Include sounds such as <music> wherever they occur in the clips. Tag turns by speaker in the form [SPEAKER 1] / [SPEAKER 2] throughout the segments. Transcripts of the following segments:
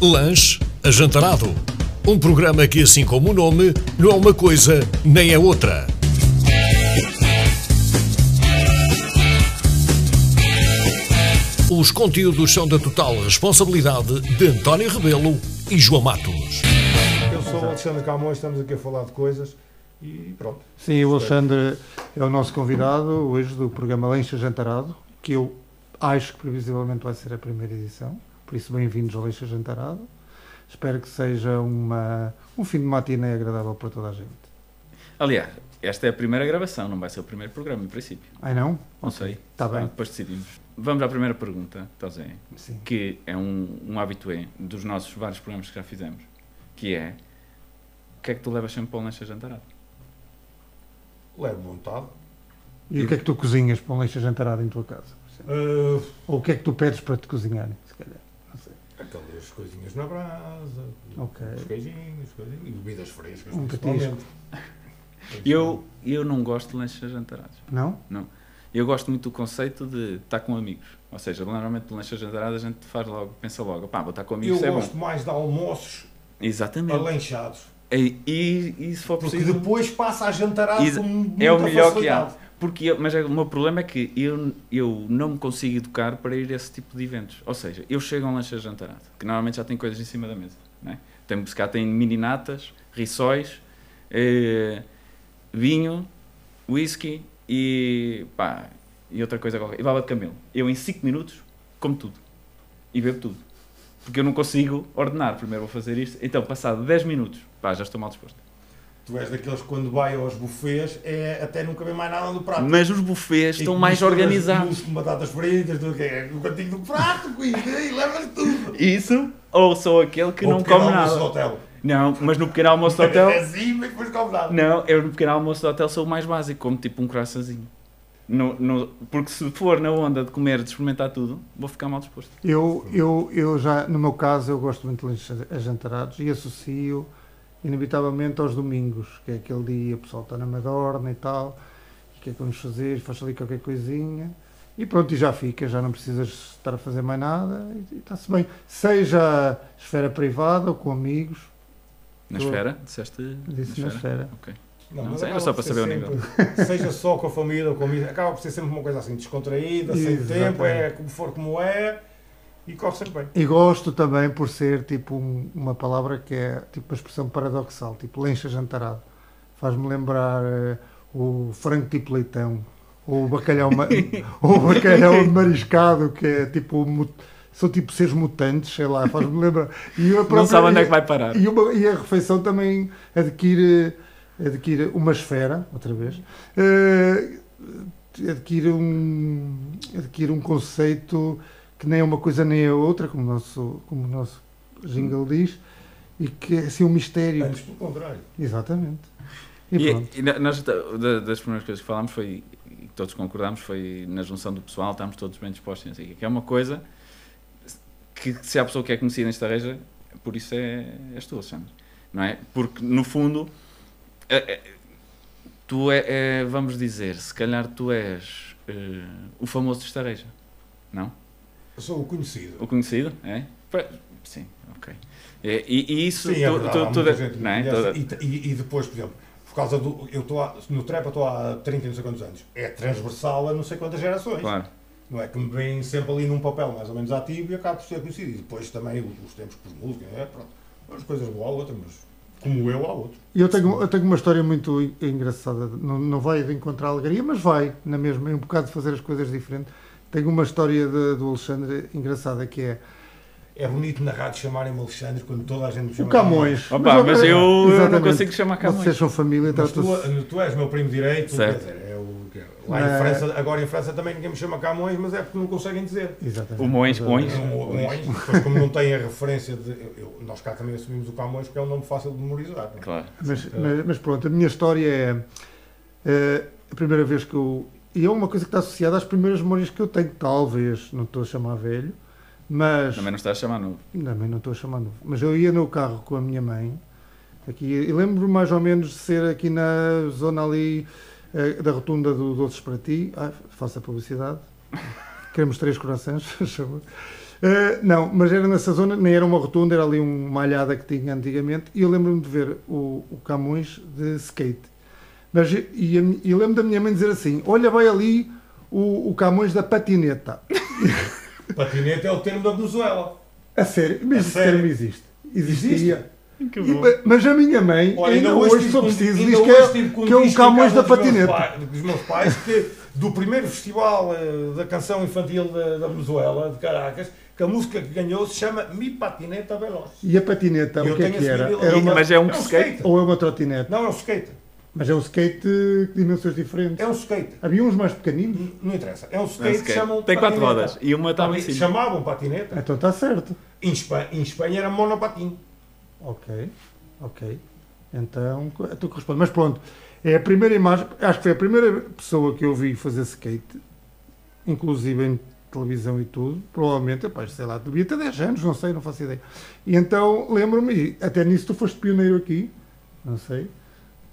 [SPEAKER 1] Lanche Ajantarado. Um programa que, assim como o nome, não é uma coisa nem é outra. Os conteúdos são da total responsabilidade de António Rebelo e João Matos.
[SPEAKER 2] Eu sou o Alexandre Camões, estamos aqui a falar de coisas e pronto.
[SPEAKER 3] Sim, o Alexandre é o nosso convidado hoje do programa Lancha Jantarado, que eu acho que previsivelmente vai ser a primeira edição. Por isso, bem-vindos ao Lancha Jantarado. Espero que seja uma, um fim de matiné agradável para toda a gente.
[SPEAKER 4] Aliás, esta é a primeira gravação, não vai ser o primeiro programa, em princípio.
[SPEAKER 3] Ai não?
[SPEAKER 4] Não sei.
[SPEAKER 2] tá
[SPEAKER 3] Está bem.
[SPEAKER 4] Depois decidimos. Vamos à primeira pergunta, Tozé,
[SPEAKER 3] Sim.
[SPEAKER 4] que é um, um habitué dos nossos vários programas que já fizemos, que é o que é que tu levas sempre para um lanche jantarado?
[SPEAKER 2] Levo vontade.
[SPEAKER 3] E o que é que tu cozinhas para um lancha jantarado em tua casa? por exemplo?
[SPEAKER 2] Ah,
[SPEAKER 3] Ou o que é que tu pedes para te cozinharem, se calhar? Não sei.
[SPEAKER 2] aquelas coisinhas na brasa,
[SPEAKER 3] Ok.
[SPEAKER 2] os queijinhos, coisinhas, e bebidas frescas.
[SPEAKER 3] Um
[SPEAKER 2] principalmente.
[SPEAKER 4] Eu, eu não gosto de lanches jantarados.
[SPEAKER 3] Não?
[SPEAKER 4] Eu gosto muito do conceito de estar com amigos. Ou seja, normalmente de lanches jantarados a gente faz logo, pensa logo, pá, vou estar com amigos,
[SPEAKER 2] Eu
[SPEAKER 4] é
[SPEAKER 2] gosto
[SPEAKER 4] bom.
[SPEAKER 2] mais de almoços
[SPEAKER 4] Exatamente.
[SPEAKER 2] alanchados,
[SPEAKER 4] E, e, e se for
[SPEAKER 2] porque
[SPEAKER 4] preciso,
[SPEAKER 2] depois passa a jantarado
[SPEAKER 4] Exa-
[SPEAKER 2] com muita
[SPEAKER 4] é o melhor que há.
[SPEAKER 2] facilidade.
[SPEAKER 4] Porque eu- mas é- o meu problema é que eu, eu não me consigo educar para ir a esse tipo de eventos. Ou seja, eu chego a um lanche jantarado, que normalmente já tem coisas em cima da mesa. Né? Tem, se cá tem mininatas, rissóis, eh, vinho, whisky e, pá, e outra coisa qualquer. E bala de camelo. Eu em 5 minutos como tudo e bebo tudo. Porque eu não consigo ordenar. Primeiro vou fazer isto. Então, passado 10 minutos, pá, já estou mal disposto.
[SPEAKER 2] Tu és daqueles que quando vai aos bufês é até nunca vê mais nada no prato.
[SPEAKER 4] Mas os buffets estão mais organizados.
[SPEAKER 2] Com batatas fritas, tudo o que é, no cantinho do prato, <laughs> com isso, e levas tudo.
[SPEAKER 4] Isso ou sou aquele que
[SPEAKER 2] Ou
[SPEAKER 4] não
[SPEAKER 2] pequeno
[SPEAKER 4] come
[SPEAKER 2] almoço
[SPEAKER 4] nada.
[SPEAKER 2] de hotel.
[SPEAKER 4] Não, mas no pequeno almoço
[SPEAKER 2] <laughs>
[SPEAKER 4] de hotel.
[SPEAKER 2] É assim, mas depois come nada.
[SPEAKER 4] Não, eu no pequeno almoço de hotel sou o mais básico, como tipo um croissantzinho. No, no, porque se for na onda de comer, de experimentar tudo, vou ficar mal disposto.
[SPEAKER 3] Eu, eu, eu já, no meu caso, eu gosto muito de lanches jantarados e associo inevitavelmente aos domingos, que é aquele dia o pessoal está na Madorna e tal, e o que é que vamos fazer, faz ali qualquer coisinha, e pronto, e já fica, já não precisas estar a fazer mais nada, e e está-se bem. Seja esfera privada ou com amigos,
[SPEAKER 4] Na
[SPEAKER 3] Tô.
[SPEAKER 4] esfera? Disseste.
[SPEAKER 3] disse na esfera.
[SPEAKER 4] Ok.
[SPEAKER 2] Não,
[SPEAKER 4] Não
[SPEAKER 2] mas
[SPEAKER 4] sei, era
[SPEAKER 2] acaba por
[SPEAKER 4] só para
[SPEAKER 2] ser
[SPEAKER 4] saber o nível.
[SPEAKER 2] sempre- <laughs> Seja só com a família ou com amigos, acaba por ser sempre uma coisa assim descontraída, sem
[SPEAKER 3] Exatamente.
[SPEAKER 2] tempo, é como for como é e corre sempre bem.
[SPEAKER 3] E gosto também por ser tipo um- uma palavra que é tipo uma expressão paradoxal, tipo lencha jantarado. Faz-me lembrar eh, o frango tipo leitão, ou o bacalhau,
[SPEAKER 4] <laughs>
[SPEAKER 3] ma- ou o bacalhau mariscado, que é tipo. mu- São tipo seres mutantes, sei lá, faz-me lembrar. E eu
[SPEAKER 4] Não
[SPEAKER 3] própria-
[SPEAKER 4] sabe onde é
[SPEAKER 3] e-
[SPEAKER 4] que vai parar.
[SPEAKER 3] e, uma- e a refeição também adquire, adquire uma esfera, outra vez, eh, adquire, um, adquire um conceito que nem é uma coisa nem é outra, como o nosso, como o nosso jingle diz, e que é assim um mistério.
[SPEAKER 2] Antes pelo contrário.
[SPEAKER 3] Exatamente. E, é-
[SPEAKER 4] E,
[SPEAKER 3] pronto.
[SPEAKER 4] e na- nós, da- da- das primeiras coisas que falámos foi, e que todos concordámos, foi na junção do pessoal, estávamos todos bem dispostos, não sei o quê, que é uma coisa que se há pessoa que é conhecida nesta reja, por isso é, és tu, Alexandre, não é? Porque, no fundo, é- é- tu é, é, vamos dizer, se calhar tu és eh, o famoso desta reja, não?
[SPEAKER 2] Eu sou o conhecido.
[SPEAKER 4] O conhecido, é? Pe- Sim, ok. É, E, e isso,
[SPEAKER 2] Sim, é verdade, há muita gente que
[SPEAKER 4] não é?
[SPEAKER 2] me
[SPEAKER 4] Toda-
[SPEAKER 2] conhece. E, e- e depois, por exemplo, por causa do. Eu estou há- no trap eu estou há 30 e não sei quantos anos. É transversal a não sei quantas gerações.
[SPEAKER 4] claro.
[SPEAKER 2] Não é que me vêm sempre ali num papel mais ou menos ativo e acabo por ser conhecido. E depois também o- os tempos por música, é? Pronto. Umas coisas boas há outras, mas como eu há outros.
[SPEAKER 3] E eu tenho, eu tenho uma história muito en- engraçada. Não, não vai de encontrar alegria, mas vai, na mesma, é um bocado de fazer as coisas diferentes. Tenho uma história de- do Alexandre engraçada que é.
[SPEAKER 2] É bonito na rádio chamarem-me Alexandre quando toda a gente me
[SPEAKER 3] O
[SPEAKER 2] chama.
[SPEAKER 3] Camões.
[SPEAKER 4] Opa, mas eu- eu não
[SPEAKER 3] Exatamente.
[SPEAKER 4] consigo chamar Camões.
[SPEAKER 3] Vocês são família,
[SPEAKER 2] Mas tu,
[SPEAKER 3] trata-se.
[SPEAKER 2] tu és meu primo direito,
[SPEAKER 4] Certo.
[SPEAKER 2] quer dizer, é o, que é- lá
[SPEAKER 3] É.
[SPEAKER 2] em França, agora em França também ninguém me chama Camões, mas é porque não conseguem dizer.
[SPEAKER 3] Exatamente.
[SPEAKER 4] O Moins,
[SPEAKER 2] É
[SPEAKER 4] Moins.
[SPEAKER 2] um- um Camões, Pois como não tem a referência de. eu- eu- nós cá também assumimos o Camões porque é um nome fácil de memorizar. não é?
[SPEAKER 4] Claro.
[SPEAKER 3] Mas, mas- mas pronto, a minha história é eh, a primeira vez que eu. E é uma coisa que está associada às primeiras memórias que eu tenho, talvez, não estou a chamar velho, mas.
[SPEAKER 4] Também não estás a chamar novo.
[SPEAKER 3] Também não estou a chamar novo. Mas eu ia no carro com a minha mãe, aqui, e lembro mais ou menos de ser aqui na zona ali eh, da rotunda <laughs> do Doces para Ti. Ah, faço a publicidade. Queremos três corações, <laughs> por favor. Eh, não, mas era nessa zona, nem era uma rotunda, era ali um, uma malhada que tinha antigamente. E eu lembro-me de ver o, o Camões de skate. Mas, e, e a mi- e lembro da minha mãe dizer assim: Olha, vai ali o, o Camões da
[SPEAKER 2] <laughs>
[SPEAKER 3] patineta.
[SPEAKER 2] Patinete é o termo da Venezuela.
[SPEAKER 3] A sério, mas
[SPEAKER 2] A
[SPEAKER 3] esse
[SPEAKER 2] sério?
[SPEAKER 3] termo existe. Existia.
[SPEAKER 4] Que
[SPEAKER 3] E, mas a minha mãe,
[SPEAKER 2] Olha,
[SPEAKER 3] ainda
[SPEAKER 2] hoje tive
[SPEAKER 3] hoje, se eu
[SPEAKER 2] com-
[SPEAKER 3] preciso,
[SPEAKER 2] ainda
[SPEAKER 3] diz que
[SPEAKER 2] hoje tive com
[SPEAKER 3] é, que é
[SPEAKER 2] um
[SPEAKER 3] o
[SPEAKER 2] disco em
[SPEAKER 3] Camões da
[SPEAKER 2] casa dos meus
[SPEAKER 3] patineta.
[SPEAKER 2] pais- Dos meus pais, que, do primeiro festival eh, da canção infantil da, da Venezuela, de Caracas, que a música que ganhou se chama Mi Patineta Veloz.
[SPEAKER 3] E a patineta, o que é que era? Era uma,
[SPEAKER 4] Mas é um skate?
[SPEAKER 3] ou é uma trotinete?
[SPEAKER 2] Não, é um skate.
[SPEAKER 3] Mas é um skate de dimensões diferentes.
[SPEAKER 2] É um skate.
[SPEAKER 3] Havia uns mais pequeninos.
[SPEAKER 2] N- Não interessa. É um
[SPEAKER 4] Não
[SPEAKER 2] skate,
[SPEAKER 4] sei o
[SPEAKER 2] que
[SPEAKER 4] quê.
[SPEAKER 2] chamam
[SPEAKER 4] Tem quatro
[SPEAKER 2] patineta.
[SPEAKER 4] rodas e uma estava em
[SPEAKER 2] Pati-
[SPEAKER 4] cima.
[SPEAKER 2] Chamavam patineta.
[SPEAKER 3] Então está certo.
[SPEAKER 2] Em Espanha, em Espanha era monopatim.
[SPEAKER 3] Ok, ok. Então, co- tu corresponde. Mas pronto, é a primeira imagem, acho que foi a primeira pessoa que eu vi fazer skate, inclusive em televisão e tudo, provavelmente, epá, sei lá, devia ter 10 anos, não sei, não faço ideia. E então, lembro-me, e até nisso tu foste pioneiro aqui, não sei,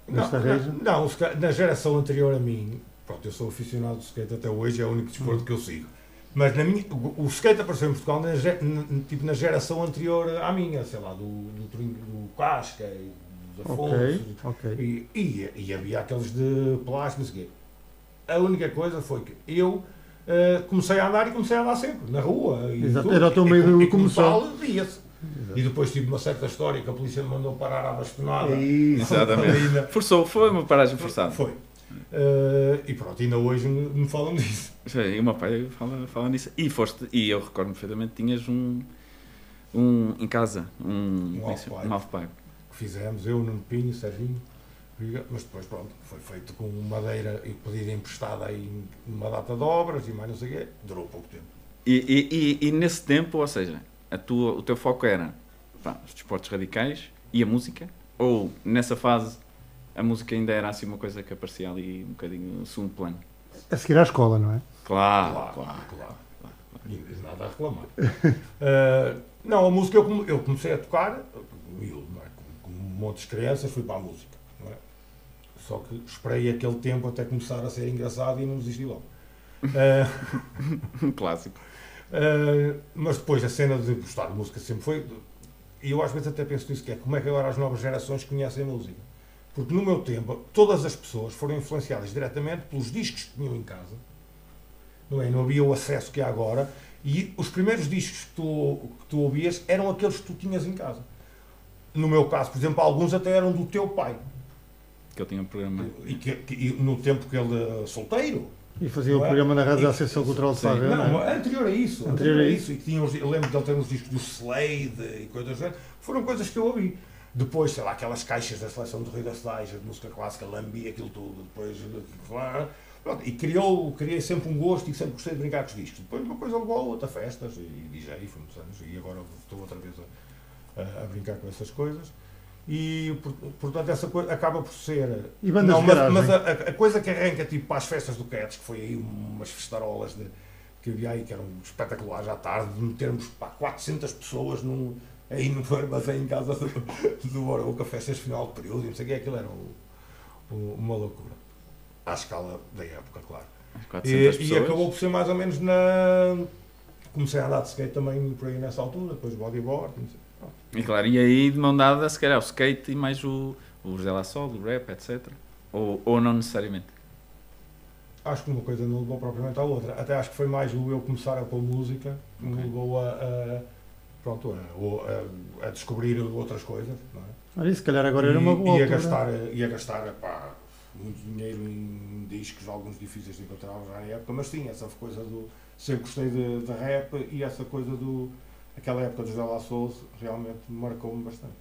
[SPEAKER 2] Não,
[SPEAKER 3] nesta
[SPEAKER 2] não,
[SPEAKER 3] reja.
[SPEAKER 2] não, o ska- na geração anterior a mim, pronto, eu sou aficionado de skate até hoje, é o único
[SPEAKER 3] Hum.
[SPEAKER 2] desporto que eu sigo. Mas na minha, o o skate apareceu em Portugal na, ge- na- tipo, na geração anterior à minha, sei lá, do, do, Trin- do Casca, e dos Afonso,
[SPEAKER 3] Ok, ok.
[SPEAKER 2] e, e, e havia aqueles de plástico, não sei o quê. A única coisa foi que eu eh, comecei a andar e comecei a andar sempre, na rua. E
[SPEAKER 3] Exato,
[SPEAKER 2] tudo.
[SPEAKER 3] era o teu
[SPEAKER 2] E
[SPEAKER 3] meio
[SPEAKER 2] com-
[SPEAKER 3] de
[SPEAKER 2] e com
[SPEAKER 3] locomoção.
[SPEAKER 2] tal, via-se. E depois tive uma certa história que a polícia me mandou parar à bastonada.
[SPEAKER 3] Isso.
[SPEAKER 2] Ainda-
[SPEAKER 4] Forçou, foi uma paragem forçada.
[SPEAKER 2] Foi. Eh, e pronto, ainda hoje me me falam <laughs> disso.
[SPEAKER 4] E o meu pai fala, fala nisso. E foste, e eu recordo-me perfeitamente, tinhas um, um em casa, um,
[SPEAKER 2] Um half-pipe.
[SPEAKER 4] um half-pipe.
[SPEAKER 2] Que Fizemos eu, Nuno Pinho, Serginho, Riga, mas depois pronto, foi feito com madeira e pedida emprestada aí em uma data de obras e mais não sei o quê. Durou pouco tempo.
[SPEAKER 4] E, e- e- e nesse tempo, ou seja, a tua, o teu foco era pá, os desportos radicais e a música? Ou nessa fase a música ainda era assim uma coisa que aparecia ali um bocadinho no segundo plano?
[SPEAKER 3] A seguir à escola, não é?
[SPEAKER 4] Claro,
[SPEAKER 2] Claro,
[SPEAKER 4] claro. <laughs>
[SPEAKER 2] claro, claro. E nada a reclamar. Eh, não, a música eu, come- eu comecei a tocar, miúdo, não é? como um monte de crianças, fui para a música. não é? Só que esperei aquele tempo até começar a ser engraçado e não desisti logo. Eh,
[SPEAKER 4] Um clássico.
[SPEAKER 2] Uh, mas depois a cena de gostar de música sempre foi. E eu às vezes até penso nisso, que é como é que agora as novas gerações conhecem a música. Porque no meu tempo, todas as pessoas foram influenciadas diretamente pelos discos que tinham em casa. Não, é? não havia o acesso que há agora. E os primeiros discos que tu, que tu ouvias eram aqueles que tu tinhas em casa. No meu caso, por exemplo, alguns até eram do teu pai.
[SPEAKER 4] Que eu tinha um programa.
[SPEAKER 2] E, que, que- e no tempo que ele era solteiro.
[SPEAKER 3] E fazia o
[SPEAKER 2] Não é?
[SPEAKER 3] programa na Rádio da
[SPEAKER 2] E-
[SPEAKER 3] Associação Cultural de
[SPEAKER 4] Sim.
[SPEAKER 3] Sarra,
[SPEAKER 2] Não,
[SPEAKER 3] não é?
[SPEAKER 2] anterior a isso.
[SPEAKER 3] Anterior
[SPEAKER 2] Anterior,
[SPEAKER 3] a
[SPEAKER 2] a isso. E que tinha, os- eu lembro de ele ter uns discos do Slade e coisas do género. Foram coisas que eu ouvi. Depois, sei lá, aquelas caixas da seleção do Rei das Lajes, de música clássica, lambi aquilo tudo. Depois, claro. Pronto, e criou, criei sempre um gosto e sempre gostei de brincar com os discos. Depois uma coisa levou a outra, festas e DJ, foi muitos anos. E agora estou outra vez a, a- a brincar com essas coisas. E, por- portanto, essa coisa acaba por ser...
[SPEAKER 3] E bandas
[SPEAKER 2] Não,
[SPEAKER 3] de
[SPEAKER 2] mas,
[SPEAKER 3] garagem?
[SPEAKER 2] mas a, a- a coisa que arranca tipo para as festas do Cats, que foi aí umas festarolas de, que havia aí, que eram espetaculares à tarde, de metermos pá, 400 pessoas num, aí no armazém em casa do, do Barouca, festas de final de período, e não sei o que, aquilo era um- um- uma loucura. À escala da época, claro.
[SPEAKER 4] Às
[SPEAKER 2] E,
[SPEAKER 4] 400
[SPEAKER 2] e
[SPEAKER 4] pessoas.
[SPEAKER 2] acabou por ser mais ou menos na. Comecei a andar de skate também por aí nessa altura, depois bodyboard, não sei.
[SPEAKER 4] E claro, e aí de mão dada, se calhar o skate e mais o, o José La Sol, o rap, etc. Ou, ou não necessariamente.
[SPEAKER 2] Acho que uma coisa não levou propriamente à outra. Até acho que foi mais o eu começar a pôr música que me
[SPEAKER 4] Ok.
[SPEAKER 2] levou a, a- pronto, a, o- a- a descobrir outras coisas. Não é?
[SPEAKER 3] Olha, se calhar agora era uma
[SPEAKER 2] E-
[SPEAKER 3] boa
[SPEAKER 2] e, a
[SPEAKER 3] altura.
[SPEAKER 2] gastar, e a gastar pá, muito dinheiro em discos, alguns difíceis de encontrar já na época, mas sim, essa coisa do. Sempre gostei de, de rap e essa coisa do. Aquela época do José La Souza realmente marcou-me bastante.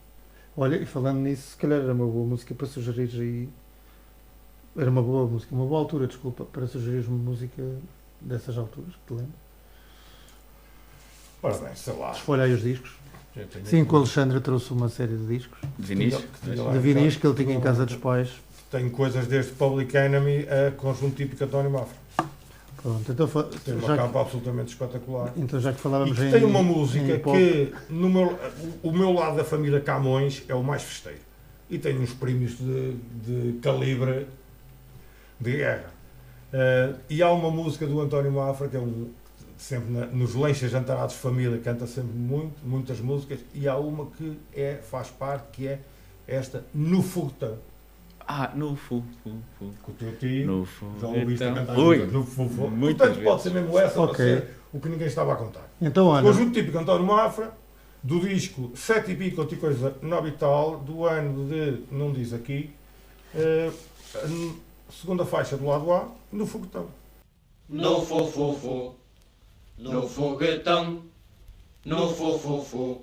[SPEAKER 3] Olha, e falando nisso, se calhar era uma boa música para sugerir aí. Era uma boa música, uma boa altura, desculpa, para sugerir uma música dessas alturas, que te lembro.
[SPEAKER 2] Ora bem, sei lá.
[SPEAKER 3] Esfolhei os discos.
[SPEAKER 2] eu tenho
[SPEAKER 3] Sim,
[SPEAKER 2] aqui- um
[SPEAKER 3] que o Alexandre trouxe uma série de discos.
[SPEAKER 4] Vinícius?
[SPEAKER 2] que tinha lá
[SPEAKER 3] de
[SPEAKER 2] em
[SPEAKER 3] vinis
[SPEAKER 2] casa.
[SPEAKER 3] que ele tinha em casa dos pais.
[SPEAKER 2] Tenho coisas desde Public Enemy a conjunto típico António Mafra.
[SPEAKER 3] Pronto, então, fa-
[SPEAKER 2] Tem uma
[SPEAKER 3] já,
[SPEAKER 2] capa absolutamente espetacular.
[SPEAKER 3] que, então já que
[SPEAKER 2] E
[SPEAKER 3] falávamos
[SPEAKER 2] que
[SPEAKER 3] em.
[SPEAKER 2] tem uma
[SPEAKER 3] em
[SPEAKER 2] música
[SPEAKER 3] hip hop,
[SPEAKER 2] que, no meu, o meu lado da família Camões, é o mais festeiro. E tem uns primos de, de calibre de guerra. Eh, e há uma música do António Mafra, que é um, sempre na- nos lanches jantarados de família, canta sempre muito, muitas músicas, e há uma que é, faz parte, que é esta, No Foguetão,
[SPEAKER 4] Ah, no fu, fu, fu.
[SPEAKER 2] com o teu tio,
[SPEAKER 4] No fu.
[SPEAKER 2] já ouviste a cantar
[SPEAKER 4] Ui,
[SPEAKER 2] No Foguetão.
[SPEAKER 4] Então, muitas
[SPEAKER 2] Portanto, pode ser
[SPEAKER 4] vezes.
[SPEAKER 2] mesmo essa, pode
[SPEAKER 3] Ok.
[SPEAKER 2] ser o que ninguém estava a contar.
[SPEAKER 3] Então, olha,
[SPEAKER 2] Conjunto típico António Mafra, do disco 7 e pico, outra coisa, Nobital, do ano de, não diz aqui, eh, n- segunda faixa do lado A, no foguetão.
[SPEAKER 5] No fofofo, no foguetão, no fofofo,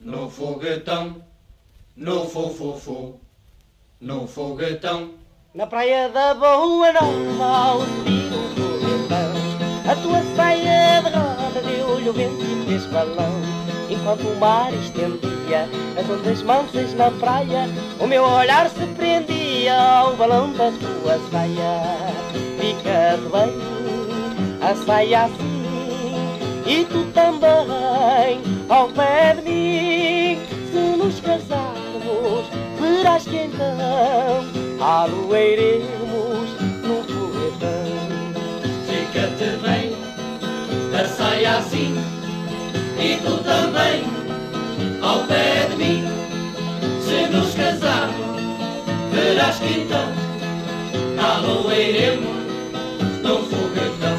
[SPEAKER 5] no foguetão, no fofofo, no foguetão.
[SPEAKER 6] Na praia da boa não mal tiro o foguetão A tua saia de roda deu-lhe o vento e fez balão Enquanto o mar estendia as ondas mansas na praia O meu olhar se prendia ao balão da tua saia Fica bem a saia assim E tu também ao pé de mim Se nos casarmos verás que então Aloeiremos no foguetão
[SPEAKER 5] Fica-te bem, da saia assim, e tu também, ao pé de mim. Se nos casarmos, verás que então, tá aloeiremos num foguetão,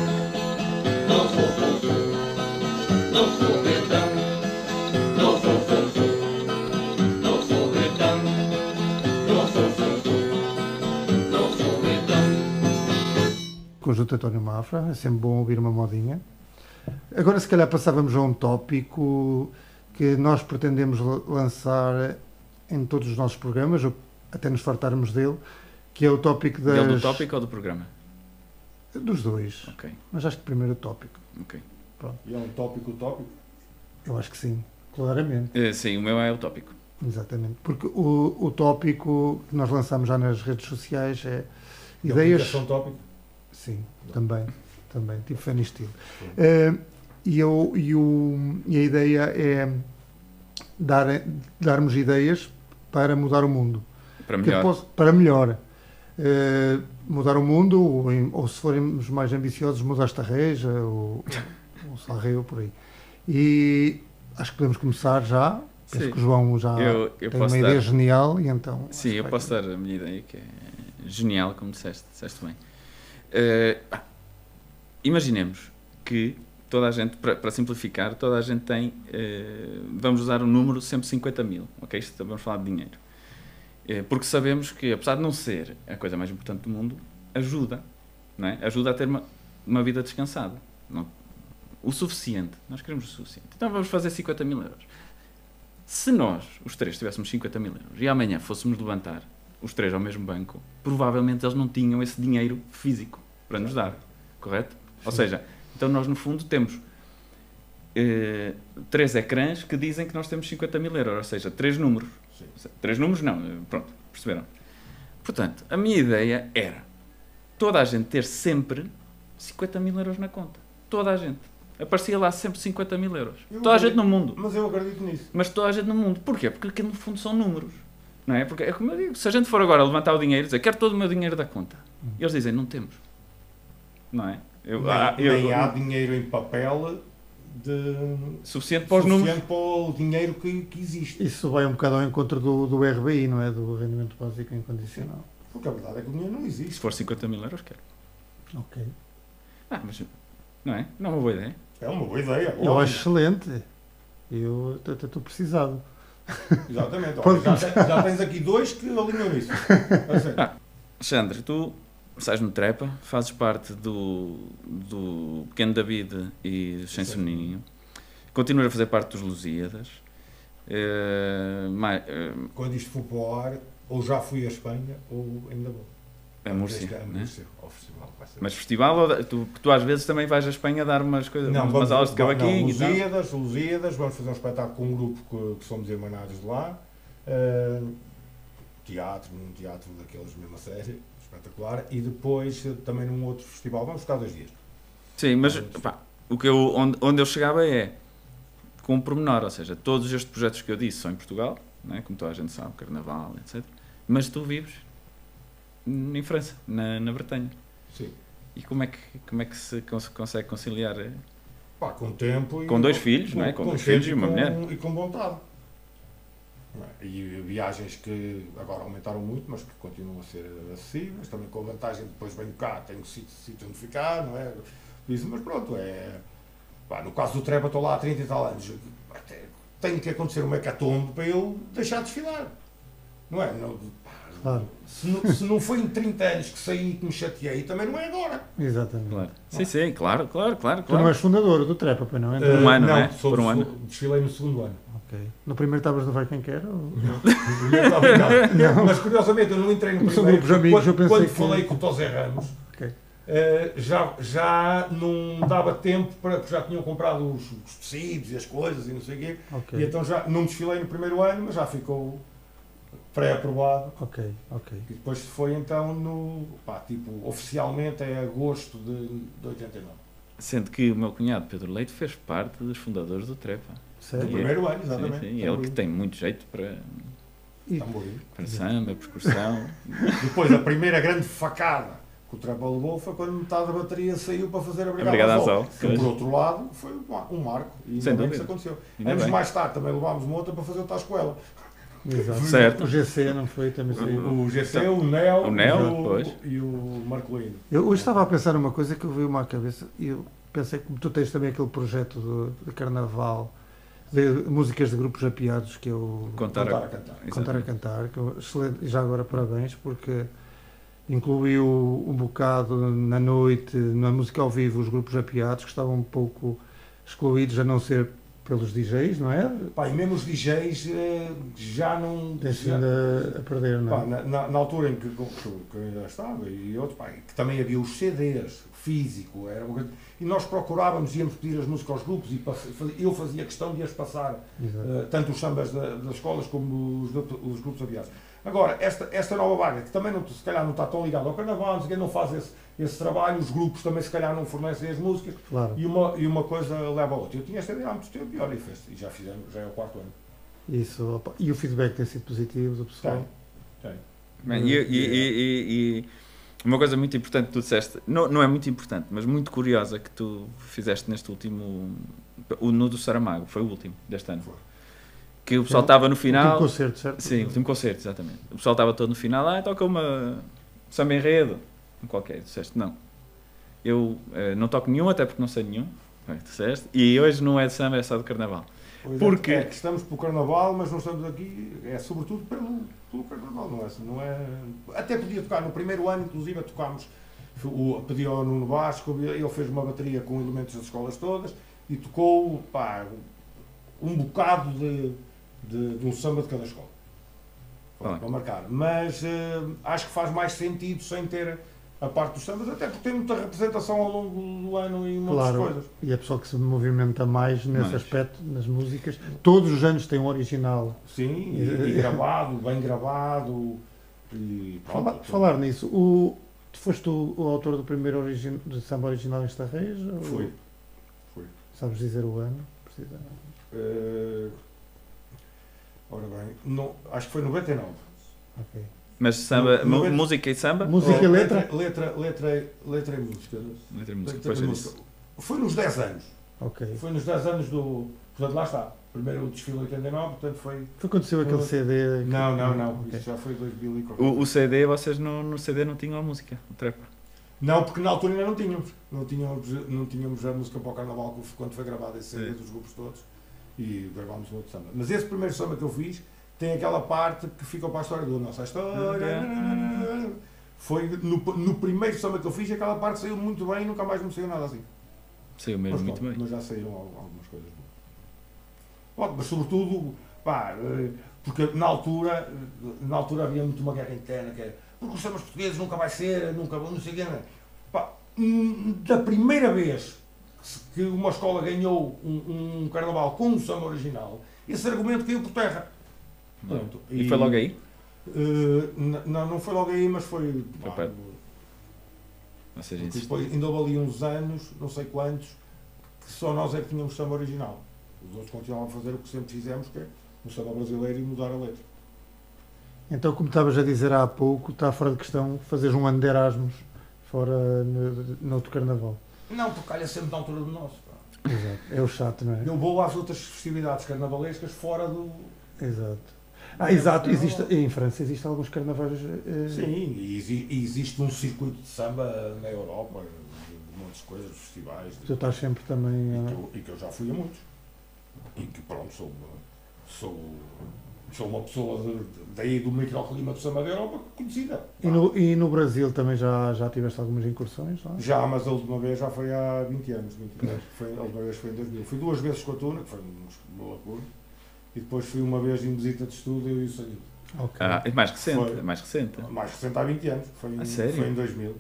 [SPEAKER 5] num fofofo, num foguetão, num fofofo, num foguetão, num fofofo, num foguetão.
[SPEAKER 3] Conjunto António Mafra, é sempre bom ouvir uma modinha. Agora, se calhar, passávamos a um tópico que nós pretendemos la- lançar em todos os nossos programas, ou até nos fartarmos dele, que é o tópico das...
[SPEAKER 4] Dele do tópico ou do programa?
[SPEAKER 3] dos dois,
[SPEAKER 4] Ok,
[SPEAKER 3] mas acho que primeiro o tópico.
[SPEAKER 4] ok.
[SPEAKER 2] E é um tópico tópico.
[SPEAKER 3] Eu acho que sim, claramente.
[SPEAKER 4] Eh, sim, o meu é o tópico.
[SPEAKER 3] Exatamente, porque o, o tópico que nós lançamos já nas redes sociais é ideias.
[SPEAKER 2] São tópico.
[SPEAKER 3] Sim, também, também, tipo fã estilo. Eh, e, eu, e, o, e a ideia é dar, darmos ideias para mudar o mundo.
[SPEAKER 4] Para
[SPEAKER 3] Que
[SPEAKER 4] melhor.
[SPEAKER 3] posso- para melhor. Eh, mudar o mundo, ou, em- ou se formos mais ambiciosos, mudar esta reja, ou, ou sarreio por aí. E acho que podemos começar já. Penso
[SPEAKER 4] Sim.
[SPEAKER 3] que o João já
[SPEAKER 4] Eu- eu
[SPEAKER 3] tem
[SPEAKER 4] posso
[SPEAKER 3] uma ideia
[SPEAKER 4] dar.
[SPEAKER 3] genial e então. acho
[SPEAKER 4] Sim, eu
[SPEAKER 3] que vai-
[SPEAKER 4] posso dar a minha ideia, que é genial, como disseste, disseste bem. Eh, pá, imaginemos que toda a gente, para para simplificar, toda a gente tem, eh, vamos usar um número, sempre 50 mil, ok? Isto vamos falar de dinheiro. Eh, porque sabemos que, apesar de não ser a coisa mais importante do mundo, ajuda, não é? Ajuda a ter uma, uma vida descansada. Não- o suficiente, nós queremos o suficiente. Então vamos fazer 50 mil euros. Se nós, os três, tivéssemos 50 mil euros e amanhã fôssemos levantar os três ao mesmo banco, provavelmente eles não tinham esse dinheiro físico para nos dar, correto? Ou seja, então nós no fundo temos eh, três ecrãs que dizem que nós temos 50 mil euros, ou seja, três números.
[SPEAKER 2] Sim.
[SPEAKER 4] Ou seja, Três números não, eh, pronto, perceberam? Portanto, a minha ideia era toda a gente ter sempre 50 mil euros na conta. Toda a gente. Aparecia lá sempre 50 mil euros.
[SPEAKER 2] Eu
[SPEAKER 4] Toda a
[SPEAKER 2] acredito-
[SPEAKER 4] gente no mundo
[SPEAKER 2] Mas eu acredito nisso.
[SPEAKER 4] mas toda a gente no mundo. Porquê? Porque aquilo no fundo são números. Não é? Porque é como eu digo, se a gente for agora levantar o dinheiro e dizer quero todo o meu dinheiro da conta, eles dizem não temos. Não é? Eu-
[SPEAKER 2] nem,
[SPEAKER 4] ah, eu-
[SPEAKER 2] nem há dinheiro em papel de
[SPEAKER 4] suficiente para os números.
[SPEAKER 2] suficiente para o dinheiro que, que existe.
[SPEAKER 3] Isso vai um bocado ao encontro do, do RBI, não é? Do rendimento básico incondicional.
[SPEAKER 2] Porque a verdade é que o dinheiro não
[SPEAKER 4] Se
[SPEAKER 2] existe.
[SPEAKER 4] for 50 mil euros, quero.
[SPEAKER 3] Ok.
[SPEAKER 4] Ah, mas não é? Não é uma boa ideia.
[SPEAKER 2] É uma boa ideia.
[SPEAKER 3] Eu
[SPEAKER 2] óbvio.
[SPEAKER 3] acho excelente. Eu até até estou precisado.
[SPEAKER 2] Exatamente.
[SPEAKER 3] Pode
[SPEAKER 2] Olha, já, te- já tens aqui dois que alinham isso. A sério.
[SPEAKER 4] Alexandre, tu sais no Trepa, fazes parte do, do Pequeno David e do Sem Soninho, continuas a fazer parte dos Lusíadas, eh, mai- eh,
[SPEAKER 2] Quando isto for para o ar, ou já fui à Espanha, ou ainda vou.
[SPEAKER 4] a Múrcia,
[SPEAKER 2] Este- é a
[SPEAKER 4] né?
[SPEAKER 2] Múrcia, ao festival. vai ser.
[SPEAKER 4] Mas festival, ou da- tu, tu às vezes também vais à Espanha dar umas, coisas, umas
[SPEAKER 2] vamos-
[SPEAKER 4] aulas de cavaquinho
[SPEAKER 2] não, um
[SPEAKER 4] e tal.
[SPEAKER 2] Lusíadas, Lusíadas, vamos fazer um espetáculo com um grupo que, que somos irmanados de lá. eh, teatro, num teatro daqueles mesmo a sério, espetacular. E depois eh, também num outro festival, vamos ficar dois dias.
[SPEAKER 4] Sim, mas pá, o que eu, onde, onde eu chegava é com um pormenor, ou seja, todos estes projetos que eu disse são em Portugal, né, como toda a gente sabe, Carnaval, etc. Mas tu vives em França, na, na Bretanha.
[SPEAKER 2] Sim.
[SPEAKER 4] E como é que, como é que se cons- consegue conciliar eh,
[SPEAKER 2] Pá, com tempo e
[SPEAKER 4] Com dois filhos, não é? Com dois filhos e
[SPEAKER 2] tempo
[SPEAKER 4] uma
[SPEAKER 2] com, e com vontade. Não é? E viagens que agora aumentaram muito, mas que continuam a ser acessíveis, também com a vantagem de depois venho cá, tenho sítio, sítio onde ficar, não é? Isso, mas pronto, é. pá, no caso do Treba, estou lá há 30 e tal anos. Até Tem que acontecer uma hecatombe para eu deixar de desfilar. Não é? Não- pá,
[SPEAKER 3] Claro.
[SPEAKER 2] se, não, se não foi em 30 anos que saí e que me chateei, também não é agora.
[SPEAKER 3] Exatamente.
[SPEAKER 4] Claro. Sim, sim, claro, claro, claro.
[SPEAKER 3] Tu não
[SPEAKER 4] claro.
[SPEAKER 3] és fundador do Trepa, pois não? Então,
[SPEAKER 4] Um ano,
[SPEAKER 2] Eh, não,
[SPEAKER 4] não é?
[SPEAKER 2] sou
[SPEAKER 4] Por um
[SPEAKER 2] do-
[SPEAKER 4] ano.
[SPEAKER 2] Desfilei no segundo ano.
[SPEAKER 3] ok. Uhum. No primeiro estavas no Vai Quem Quer? ou-
[SPEAKER 2] Não, não, não. Mas curiosamente eu não entrei no
[SPEAKER 3] São
[SPEAKER 2] primeiro.
[SPEAKER 3] grupos
[SPEAKER 2] porque
[SPEAKER 3] amigos,
[SPEAKER 2] quando,
[SPEAKER 3] eu pensei
[SPEAKER 2] quando
[SPEAKER 3] que-
[SPEAKER 2] falei com o Tosé Ramos,
[SPEAKER 3] Ok.
[SPEAKER 2] eh, já, já não dava tempo para porque já tinham comprado os, os tecidos e as coisas e não sei o quê.
[SPEAKER 3] Ok.
[SPEAKER 2] E então já não desfilei no primeiro ano, mas já ficou pré-aprovado.
[SPEAKER 3] Ok, ok.
[SPEAKER 2] E depois foi então no. pá, tipo, oficialmente é agosto de, de 89.
[SPEAKER 4] Sendo que o meu cunhado Pedro Leite fez parte dos fundadores do Trepa.
[SPEAKER 2] Do
[SPEAKER 4] Sim.
[SPEAKER 3] Sério?
[SPEAKER 2] primeiro ano,
[SPEAKER 4] Sim,
[SPEAKER 2] exatamente.
[SPEAKER 4] sim. Ele que tem muito jeito para,
[SPEAKER 3] E
[SPEAKER 2] Tamborim.
[SPEAKER 4] para samba, percussão.
[SPEAKER 2] Depois, a primeira grande facada que o Trampa levou foi quando metade da bateria saiu para fazer a Brigada,
[SPEAKER 4] Brigada
[SPEAKER 2] Azul.
[SPEAKER 4] Azul,
[SPEAKER 2] Que,
[SPEAKER 4] pois.
[SPEAKER 2] por outro lado, foi um mar- um marco. E ainda
[SPEAKER 4] Sem
[SPEAKER 2] bem que
[SPEAKER 4] dúvida.
[SPEAKER 2] isso aconteceu.
[SPEAKER 4] Ainda
[SPEAKER 2] Anos
[SPEAKER 4] bem.
[SPEAKER 2] mais tarde também levámos uma outra para fazer o Tascoela.
[SPEAKER 3] Exato.
[SPEAKER 4] Certo.
[SPEAKER 3] O GC não foi também saiu.
[SPEAKER 2] O GC, o Neo,
[SPEAKER 4] O Neo,
[SPEAKER 2] e, o,
[SPEAKER 4] pois.
[SPEAKER 2] e o Marcolino.
[SPEAKER 3] Eu hoje estava a pensar numa coisa que eu veio-me à cabeça e eu pensei que tu tens também aquele projeto do- de carnaval de músicas de grupos apiados que eu
[SPEAKER 4] Contar,
[SPEAKER 2] Contar a
[SPEAKER 4] a
[SPEAKER 2] cantar.
[SPEAKER 4] Exato.
[SPEAKER 3] Contar a Cantar, que eu, excelente, e já agora parabéns, porque incluiu um bocado na noite, na música ao vivo, os grupos apiados que estavam um pouco excluídos, a não ser pelos DJs, não é?
[SPEAKER 2] Pá, e mesmo os DJs eh, já não.
[SPEAKER 3] Deixa
[SPEAKER 2] já-
[SPEAKER 3] ainda a perder, não
[SPEAKER 2] Pá,
[SPEAKER 3] é?
[SPEAKER 2] na, na- na altura em que, que- que eu ainda estava e outro, pá, que também havia os CDs, físico, era uma coisa- e nós procurávamos, íamos pedir as músicas aos grupos e passe- faz- eu fazia questão de as passar,
[SPEAKER 3] Exato.
[SPEAKER 2] eh, tanto os sambas da- das escolas como os, grupo- os grupos aviados. Agora, esta, esta nova vaga, que também não, se calhar não está tão ligada ao carnaval, não sei o quê, não faz esse, esse trabalho, os grupos também se calhar não fornecem as músicas,
[SPEAKER 3] Claro.
[SPEAKER 2] e, uma, e uma coisa leva a outra. Eu tinha esta ideia há muito tempo e olha, e fez- e já fizemos, já é o quarto ano.
[SPEAKER 3] Isso, opa, e o feedback tem sido positivo do pessoal.
[SPEAKER 2] Tem, tem.
[SPEAKER 4] Bem, e, e- e- e- e uma coisa muito importante que tu disseste, não, não é muito importante, mas muito curiosa que tu fizeste neste último, o no do Saramago, foi o último deste ano.
[SPEAKER 2] Foi.
[SPEAKER 4] Que o pessoal estava no
[SPEAKER 3] Último
[SPEAKER 4] final.
[SPEAKER 3] concerto, certo?
[SPEAKER 4] Sim, o último concerto, exatamente. O pessoal estava todo no final, ah, toca uma samba enredo, um qualquer, disseste, não. Eu eh, não toco nenhum, até porque não sei nenhum, bem, disseste, e hoje não é de samba, é só de carnaval.
[SPEAKER 2] Pois é,
[SPEAKER 4] Porque-
[SPEAKER 2] É que estamos pelo carnaval, mas não estamos aqui, é sobretudo pelo, pelo carnaval, não é, não é? Até podia tocar, no primeiro ano, inclusive, tocámos, o, pedi ao Nuno Vasco, ele fez uma bateria com elementos das escolas todas e tocou, pá, um bocado de, de, de um samba de cada escola.
[SPEAKER 4] Ah.
[SPEAKER 2] Para marcar. Mas eh, acho que faz mais sentido sem ter a parte dos sambas, até porque tem muita representação ao longo do ano e muitas
[SPEAKER 3] Claro,
[SPEAKER 2] coisas.
[SPEAKER 3] e a pessoa que se movimenta mais nesse
[SPEAKER 4] Mais.
[SPEAKER 3] aspecto, nas músicas, todos os anos tem um original.
[SPEAKER 2] Sim, e, e gravado, bem gravado. E
[SPEAKER 3] Fala-
[SPEAKER 2] pronto. então.
[SPEAKER 3] falar nisso, o, tu foste o, o autor do primeiro origin, do samba original em Estarreis? ou-
[SPEAKER 2] Foi.
[SPEAKER 3] Sabes dizer o ano? Precisa.
[SPEAKER 2] Eh, ora bem, não, acho que foi 99.
[SPEAKER 3] Ok.
[SPEAKER 4] Mas samba,
[SPEAKER 2] Não-
[SPEAKER 4] mu-
[SPEAKER 2] não é-
[SPEAKER 4] música e samba?
[SPEAKER 3] Música e
[SPEAKER 2] Oh,
[SPEAKER 3] letra?
[SPEAKER 2] Letra, letra, letra e música. é
[SPEAKER 4] Letra e música,
[SPEAKER 2] Letra
[SPEAKER 4] depois
[SPEAKER 2] e
[SPEAKER 4] eu
[SPEAKER 2] música.
[SPEAKER 4] disse.
[SPEAKER 2] Foi nos 10 anos.
[SPEAKER 3] Ok.
[SPEAKER 2] Foi nos 10 anos do. Portanto, lá está. Primeiro o desfile 89, portanto foi.
[SPEAKER 3] Foi quando saiu aquele
[SPEAKER 2] Não.
[SPEAKER 3] CD? que-
[SPEAKER 2] Não, não, não.
[SPEAKER 3] Ok.
[SPEAKER 2] Isso já foi 2000 e qualquer
[SPEAKER 4] O, o CD, vocês no, no CD não tinham a música, o trap.
[SPEAKER 2] Não, porque na altura ainda não tínhamos. Não tínhamos, não tínhamos a música para o Carnaval que f- quando foi gravada esse CD
[SPEAKER 4] Sim.
[SPEAKER 2] dos grupos todos e gravámos um outro samba. Mas esse primeiro samba que eu fiz tem aquela parte que fica para a história do Nossa História. <laughs> Foi no, no primeiro samba que eu fiz, aquela parte saiu muito bem e nunca mais me saiu nada assim.
[SPEAKER 4] Saiu mesmo
[SPEAKER 2] Mas
[SPEAKER 4] muito
[SPEAKER 2] pronto,
[SPEAKER 4] bem.
[SPEAKER 2] Mas já saíram al- algumas coisas boas. Pronto, mas sobretudo, pá, eh, porque na altura, eh, na altura havia muito uma guerra interna, que era, porque os sambas portugueses nunca vai ser, nunca vão, não sei o quê, não é?" Pá, hum, da primeira vez que se- que uma escola ganhou um, um carnaval com um samba original, esse argumento caiu por terra. Pronto,
[SPEAKER 4] E foi logo aí?
[SPEAKER 2] eh, n- não, não foi logo aí, mas foi.
[SPEAKER 4] Foi
[SPEAKER 2] pá,
[SPEAKER 4] perto. Ou seja,
[SPEAKER 2] porque
[SPEAKER 4] insistiu.
[SPEAKER 2] depois ainda houve ali uns anos, não sei quantos, que só nós é que tínhamos samba original. Os outros continuavam a fazer o que sempre fizemos, que é um samba brasileiro e mudar a letra.
[SPEAKER 3] Então, como estavas a dizer há pouco, está fora de questão fazeres um ano de Erasmus fora no, no outro carnaval.
[SPEAKER 2] Não, porque calha sempre na altura do nosso. pá.
[SPEAKER 3] Exato. É o chato, não é?
[SPEAKER 2] Eu vou às outras festividades carnavalescas fora do.
[SPEAKER 3] Exato. Ah, exato. Existe, em França existem alguns carnavais. eh,
[SPEAKER 2] Sim, e, exi- e existe um circuito de samba na Europa, de muitas coisas, de festivais. de-
[SPEAKER 3] Tu estás sempre também.
[SPEAKER 2] e, que
[SPEAKER 3] eh,
[SPEAKER 2] eu, e que eu já fui a muitos. E que, pronto, sou, sou, sou uma pessoa de- de- daí do microclima do samba da Europa conhecida.
[SPEAKER 3] E, no, e no Brasil também já, já tiveste algumas incursões é? lá?
[SPEAKER 2] Já, mas a última vez já foi há 20 anos. 20 anos. Foi, a última vez foi em 2000. Fui duas vezes com a Tuna, que foi um- uma loucura. E depois fui uma vez em visita de estudo eu e o Saído.
[SPEAKER 3] Ok.
[SPEAKER 4] Ah, é mais recente,
[SPEAKER 2] Foi.
[SPEAKER 4] é mais recente.
[SPEAKER 2] Mais recente há 20 anos. Foi, em-
[SPEAKER 4] A sério?
[SPEAKER 2] foi em 2000.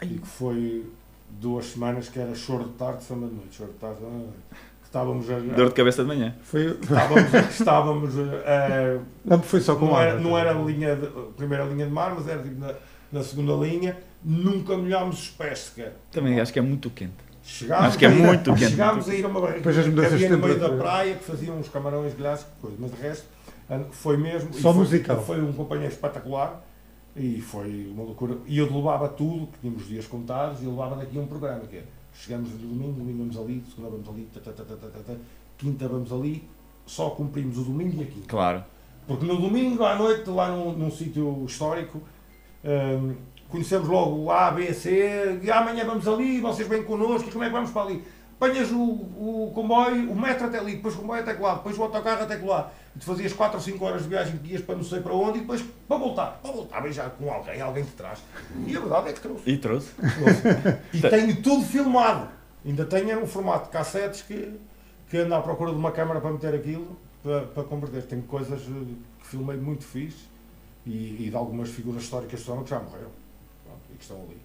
[SPEAKER 4] Ai.
[SPEAKER 2] E que foi duas semanas que era choro de tarde, samba de noite. Choro de tarde, samba de noite. Que estávamos a...
[SPEAKER 4] Dor de cabeça de manhã.
[SPEAKER 3] Foi,
[SPEAKER 2] Estávamos, a- estávamos a, a-
[SPEAKER 3] não é? foi só com
[SPEAKER 2] não era,
[SPEAKER 3] água,
[SPEAKER 2] não era a
[SPEAKER 3] também.
[SPEAKER 2] linha de- a primeira linha de mar, mas era tipo na, na segunda linha. Nunca molhámos os pés sequer.
[SPEAKER 4] Também acho que é muito quente.
[SPEAKER 2] Chegámos
[SPEAKER 4] Acho que é
[SPEAKER 2] a ir a-
[SPEAKER 4] muito quente.
[SPEAKER 2] Chegámos a ir a uma barriga
[SPEAKER 3] Depois as mudanças
[SPEAKER 2] havia no
[SPEAKER 3] de
[SPEAKER 2] meio da
[SPEAKER 3] temperatura.
[SPEAKER 2] praia que faziam uns camarões grelhados, coisa, mas de resto an- foi mesmo. e
[SPEAKER 3] Só
[SPEAKER 2] foi,
[SPEAKER 3] musical.
[SPEAKER 2] Foi um companheiro espetacular e foi uma loucura. E eu levava tudo, que tínhamos dias contados, e eu levava daqui um programa que é chegamos de domingo, domingo vamos ali, segunda vamos ali, ta, ta, ta, ta, ta, ta, ta, quinta vamos ali, só cumprimos o domingo e a quinta.
[SPEAKER 4] Claro.
[SPEAKER 2] Porque no domingo à noite, lá num, num sítio histórico, hum, conhecemos logo o A, B, C, e amanhã vamos ali, vocês vêm connosco, como é que vamos para ali? Apanhas o, o comboio, o metro até ali, depois o comboio até lá, depois o autocarro até lá. E tu fazias 4 ou 5 horas de viagem que ias para não sei para onde e depois para voltar. Para voltar, bem já com alguém, alguém te traz. E a verdade é que trouxe.
[SPEAKER 4] E trouxe.
[SPEAKER 2] E tenho tudo filmado. Ainda tenho era um formato de cassetes que, que ando à procura de uma câmara para meter aquilo, para, para converter. Tenho coisas eh, que filmei muito fixe e, e de algumas figuras históricas que estão que já morreram pronto, e que estão ali.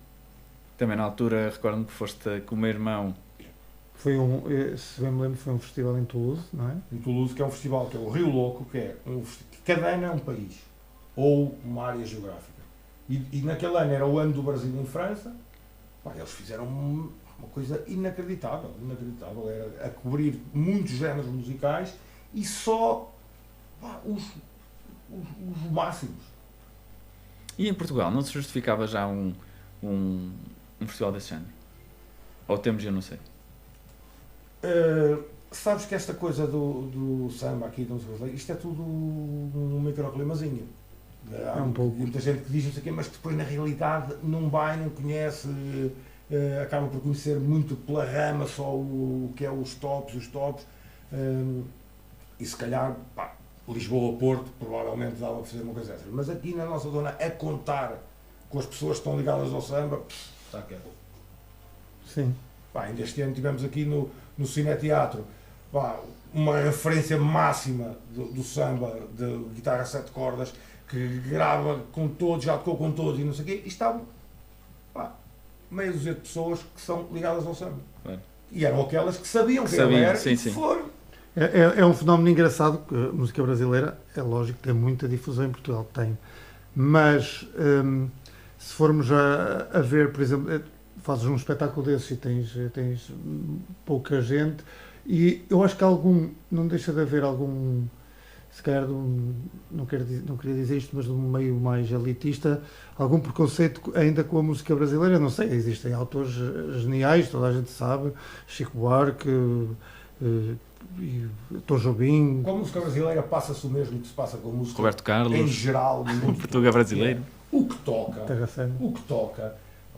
[SPEAKER 4] Também na altura recordo-me que foste com o meu irmão.
[SPEAKER 3] Foi um, eh, se bem me lembro, foi um festival em Toulouse, não é?
[SPEAKER 2] Em Toulouse, que é um festival, que é o Rio Louco, que é um festi- que cada ano é um país ou uma área geográfica. E, e naquele ano era o ano do Brasil em França, Pá, eles fizeram um- uma coisa inacreditável, inacreditável, era a cobrir muitos géneros musicais e só pá, os, os- os máximos.
[SPEAKER 4] E em Portugal, não se justificava já um, um, um festival desse género? Ou temos, eu não sei.
[SPEAKER 2] Uh, sabes que esta coisa do, do samba aqui, do brasileiro, isto é tudo um microclimazinho. Há
[SPEAKER 3] É um pouco.
[SPEAKER 2] muita gente que diz isso aqui, mas que depois na realidade não vai, não conhece, eh, acaba por conhecer muito pela rama só o, o que é os tops, os tops. Hum, e se calhar, pá, Lisboa ou Porto, provavelmente dava para fazer uma coisa dessas. Mas aqui na nossa zona, a contar com as pessoas que estão ligadas ao samba, pff, está quieto.
[SPEAKER 3] Sim.
[SPEAKER 2] Pá, ainda este ano tivemos aqui no, no Cineteatro pá, uma referência máxima do, do samba, de guitarra a sete cordas, que grava com todos, já tocou com todos e não sei o quê, e estavam pá, meio dúzia de pessoas que são ligadas ao samba.
[SPEAKER 4] Claro.
[SPEAKER 2] E eram aquelas que sabiam
[SPEAKER 4] Que
[SPEAKER 2] quem ele
[SPEAKER 4] sabiam,
[SPEAKER 2] era
[SPEAKER 4] sim,
[SPEAKER 2] e que
[SPEAKER 4] sim.
[SPEAKER 2] foram.
[SPEAKER 3] É, é- é um fenómeno engraçado que a música brasileira, é lógico, que tem muita difusão em Portugal, tem. Mas hum, se formos a, a ver, por exemplo, eh, fazes um espetáculo desse e tens, eh, tens hum, pouca gente, e eu acho que algum, não deixa de haver algum, se calhar, de um, não, quero, dizer- não queria dizer isto, mas de um meio mais elitista, algum preconceito co- ainda com a música brasileira, não sei, existem autores eh, geniais, toda a gente sabe, Chico Buarque, eh, e Tom Jobim,
[SPEAKER 2] Com a música brasileira passa-se o mesmo que se passa com a música
[SPEAKER 4] Roberto
[SPEAKER 2] em
[SPEAKER 4] Carlos,
[SPEAKER 2] geral. no mundo.
[SPEAKER 4] Portugal é brasileiro.
[SPEAKER 2] O que toca.
[SPEAKER 3] Terra Santa.
[SPEAKER 2] o que toca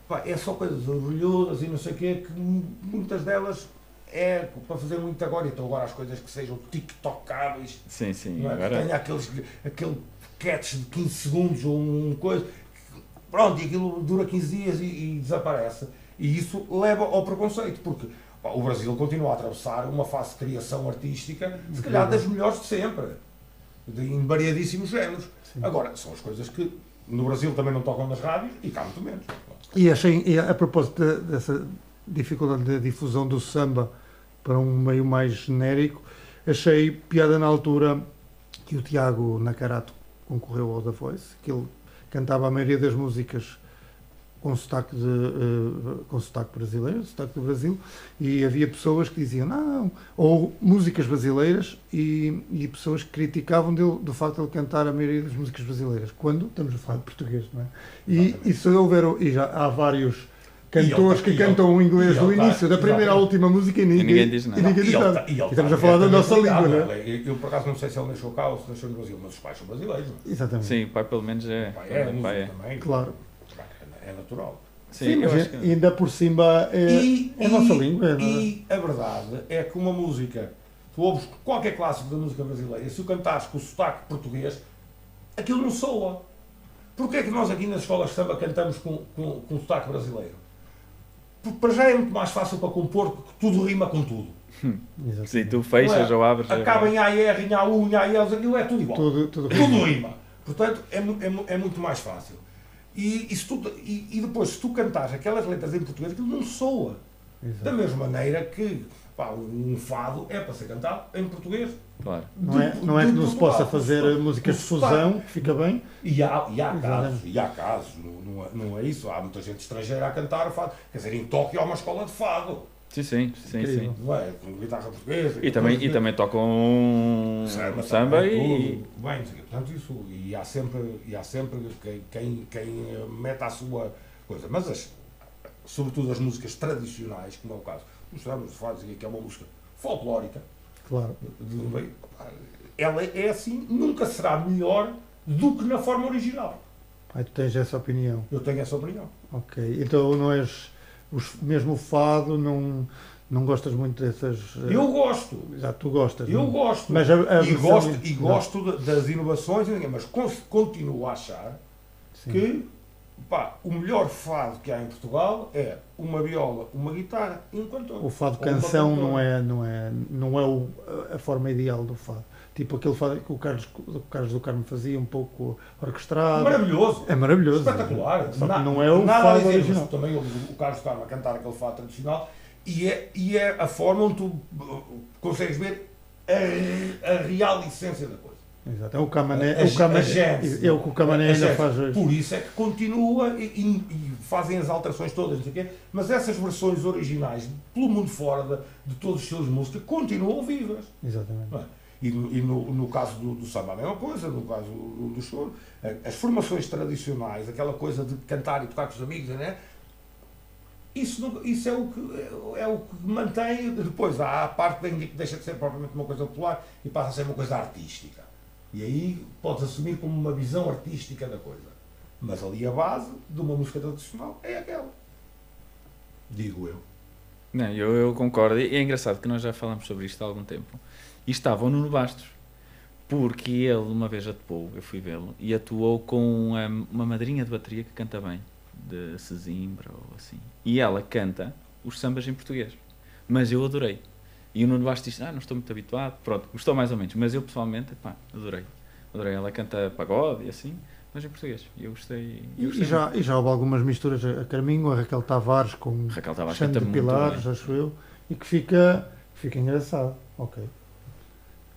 [SPEAKER 2] pá, é só coisas orgulhosas e não sei o quê, que mu- muitas delas é para fazer muito agora. Então agora as coisas que sejam tiktokáveis,
[SPEAKER 4] Sim, sim.
[SPEAKER 2] não é? que
[SPEAKER 4] Agora
[SPEAKER 2] tenha aqueles, aquele catch de 15 segundos ou um coisa, que- pronto, e aquilo dura 15 dias e, e desaparece. E isso leva ao preconceito, porque pá, o Brasil continua a atravessar uma fase de criação artística, se
[SPEAKER 3] Uhum.
[SPEAKER 2] calhar das melhores de sempre, de, em variadíssimos géneros. Agora, são as coisas que no Brasil também não tocam nas rádios e cá muito menos.
[SPEAKER 3] E achei, e a a propósito de- dessa dificuldade da difusão do samba para um meio mais genérico, achei piada na altura que o Tiago Nacarato concorreu ao The Voice, que ele cantava a maioria das músicas com sotaque, de, eh, com sotaque brasileiro, sotaque do Brasil, e havia pessoas que diziam não, ou músicas brasileiras, e, e pessoas que criticavam dele, do facto de ele cantar a maioria das músicas brasileiras, quando estamos a falar de português, não é? E, e se houver, o- e já há vários cantores que
[SPEAKER 2] E ele tá-
[SPEAKER 3] cantam o inglês
[SPEAKER 2] e
[SPEAKER 3] do
[SPEAKER 2] ele tá-
[SPEAKER 3] início, da primeira à
[SPEAKER 2] exatamente.
[SPEAKER 3] última música e ninguém,
[SPEAKER 4] ninguém diz nada.
[SPEAKER 3] E ninguém diz
[SPEAKER 2] E ele
[SPEAKER 3] nada.
[SPEAKER 2] tá-
[SPEAKER 3] E
[SPEAKER 2] e ele
[SPEAKER 3] estamos
[SPEAKER 2] tá-
[SPEAKER 3] a falar da
[SPEAKER 2] ele
[SPEAKER 3] nossa
[SPEAKER 2] tá
[SPEAKER 3] língua,
[SPEAKER 2] complicado,
[SPEAKER 3] não é?
[SPEAKER 2] ele- Eu, por acaso, não sei se ele nasceu cá ou se nasceu no Brasil, mas os pais são brasileiros. não é?
[SPEAKER 3] Exatamente.
[SPEAKER 4] Sim, o pai pelo menos é.
[SPEAKER 2] O pai é,
[SPEAKER 4] o
[SPEAKER 2] músico
[SPEAKER 4] pai é.
[SPEAKER 2] também.
[SPEAKER 3] Claro.
[SPEAKER 2] É natural.
[SPEAKER 4] Sim,
[SPEAKER 3] Sim,
[SPEAKER 4] eu
[SPEAKER 3] mas é,
[SPEAKER 4] acho
[SPEAKER 2] é.
[SPEAKER 4] que-
[SPEAKER 3] ainda por cima é, é a nossa língua. não é?
[SPEAKER 2] E a verdade é que uma música, tu ouves qualquer clássico da música brasileira, se o cantares com o sotaque português, aquilo não soa. Porquê é que nós aqui nas escolas de samba cantamos com, com, com sotaque brasileiro? Porque para já é muito mais fácil para compor, porque tudo rima com tudo.
[SPEAKER 3] Exato.
[SPEAKER 4] Sim, tu
[SPEAKER 2] Não é?
[SPEAKER 4] fechas ou abres. é
[SPEAKER 2] Acaba em
[SPEAKER 4] verdade.
[SPEAKER 2] AR, em AU, em AELs, aquilo é tudo igual.
[SPEAKER 3] Tudo, tudo
[SPEAKER 2] Tudo rima. Portanto, é, mu- é mu- é muito mais fácil. E, e se tu- e- e depois, se tu cantares aquelas letras em português, aquilo não soa. Da
[SPEAKER 3] Exato.
[SPEAKER 2] mesma maneira que pá, um fado é para ser cantado em português.
[SPEAKER 4] Claro.
[SPEAKER 3] Não é, não é que não se possa fazer músicas de fusão, que fica bem.
[SPEAKER 2] E há, e há casos,
[SPEAKER 3] Exatamente.
[SPEAKER 2] e há casos, não, não é, não é isso. Há muita gente estrangeira a cantar o fado. Quer dizer, em Tóquio há uma escola de fado,
[SPEAKER 4] Sim, sim, sim,
[SPEAKER 3] Incrível.
[SPEAKER 4] sim.
[SPEAKER 2] não é? Com guitarra portuguesa.
[SPEAKER 4] E também, e também tocam um
[SPEAKER 2] Uhum. Samba, é
[SPEAKER 4] samba
[SPEAKER 2] tudo,
[SPEAKER 4] e.
[SPEAKER 2] Bem, não sei o quê. portanto, isso. E há sempre, e há sempre quem, quem, quem eh, mete a sua coisa. Mas, as, sobretudo, as músicas tradicionais, como é o caso dos sambas, dos fados, que é uma música folclórica,
[SPEAKER 3] Claro.
[SPEAKER 2] de- bem, pá, ela é assim, nunca será melhor do que na forma original.
[SPEAKER 3] Aí tu tens essa opinião.
[SPEAKER 2] Eu tenho essa opinião.
[SPEAKER 3] Ok. Então não és. os- mesmo o fado, não, não gostas muito dessas. eh,
[SPEAKER 2] Eu gosto.
[SPEAKER 3] Já tu gostas.
[SPEAKER 2] Eu
[SPEAKER 3] não?
[SPEAKER 2] gosto.
[SPEAKER 3] Hum. Mas a- a
[SPEAKER 2] e
[SPEAKER 3] versão-
[SPEAKER 2] gosto, e
[SPEAKER 3] não.
[SPEAKER 2] gosto de- das inovações, mas con- continuo a achar
[SPEAKER 3] Sim.
[SPEAKER 2] que pá, o melhor fado que há em Portugal é uma viola, uma guitarra e um cantor.
[SPEAKER 3] O fado
[SPEAKER 2] Ou uma
[SPEAKER 3] canção
[SPEAKER 2] cantora.
[SPEAKER 3] não é, não é, não é o- a- a forma ideal do fado. Tipo aquele fado que o Carlos, o Carlos do Carmo fazia, um pouco orquestrado.
[SPEAKER 2] Maravilhoso.
[SPEAKER 3] É maravilhoso.
[SPEAKER 2] Espetacular.
[SPEAKER 3] Só que
[SPEAKER 2] Na-
[SPEAKER 3] não é o
[SPEAKER 2] nada a
[SPEAKER 3] fado
[SPEAKER 2] dizer, mas
[SPEAKER 3] original.
[SPEAKER 2] Também ouves o Carlos Carmo a cantar aquele fado tradicional e é, e é a forma onde tu uh, consegues ver a, re- a real essência da coisa.
[SPEAKER 3] Exato. É o Camané.
[SPEAKER 2] A-
[SPEAKER 3] é o Camané-
[SPEAKER 2] a gente.
[SPEAKER 3] é o que o Camané
[SPEAKER 2] A
[SPEAKER 3] ainda
[SPEAKER 2] gente.
[SPEAKER 3] faz hoje.
[SPEAKER 2] Por isso é que continua e, e- e fazem as alterações todas, não sei o quê, mas essas versões originais, pelo mundo fora de, de todos os seus músicas, continuam vivas.
[SPEAKER 3] Exatamente.
[SPEAKER 2] não é? E, no, e no- no caso do, do samba, a mesma coisa, no caso do, do choro. Eh, As formações tradicionais, aquela coisa de cantar e tocar com os amigos, né? isso, não- isso é, o que, é o que mantém. Depois há a parte em que deixa de ser propriamente uma coisa popular e passa a ser uma coisa artística. E aí podes assumir como uma visão artística da coisa. Mas ali a base de uma música tradicional é aquela. Digo eu.
[SPEAKER 4] Não, eu, eu concordo. E é engraçado que nós já falámos sobre isto há algum tempo. E estava o Nuno Bastos, porque ele uma vez atuou, eu fui vê-lo, e atuou com uma, uma madrinha de bateria que canta bem, de Sesimbra ou assim. E ela canta os sambas em português. Mas eu adorei. E o Nuno Bastos disse: Ah, não estou muito habituado. Pronto, gostou mais ou menos. Mas eu pessoalmente, pá, adorei. Adorei. Ela canta pagode e assim, mas em português. E eu gostei.
[SPEAKER 3] E,
[SPEAKER 4] Eu
[SPEAKER 3] e
[SPEAKER 4] gostei
[SPEAKER 3] já, e já houve algumas misturas a Carminho, a Raquel Tavares com
[SPEAKER 4] muito. Raquel Tavares
[SPEAKER 3] Xande
[SPEAKER 4] canta
[SPEAKER 3] de
[SPEAKER 4] muito. bem.
[SPEAKER 3] Pilares, acho eu, e que fica, fica engraçado. Ok.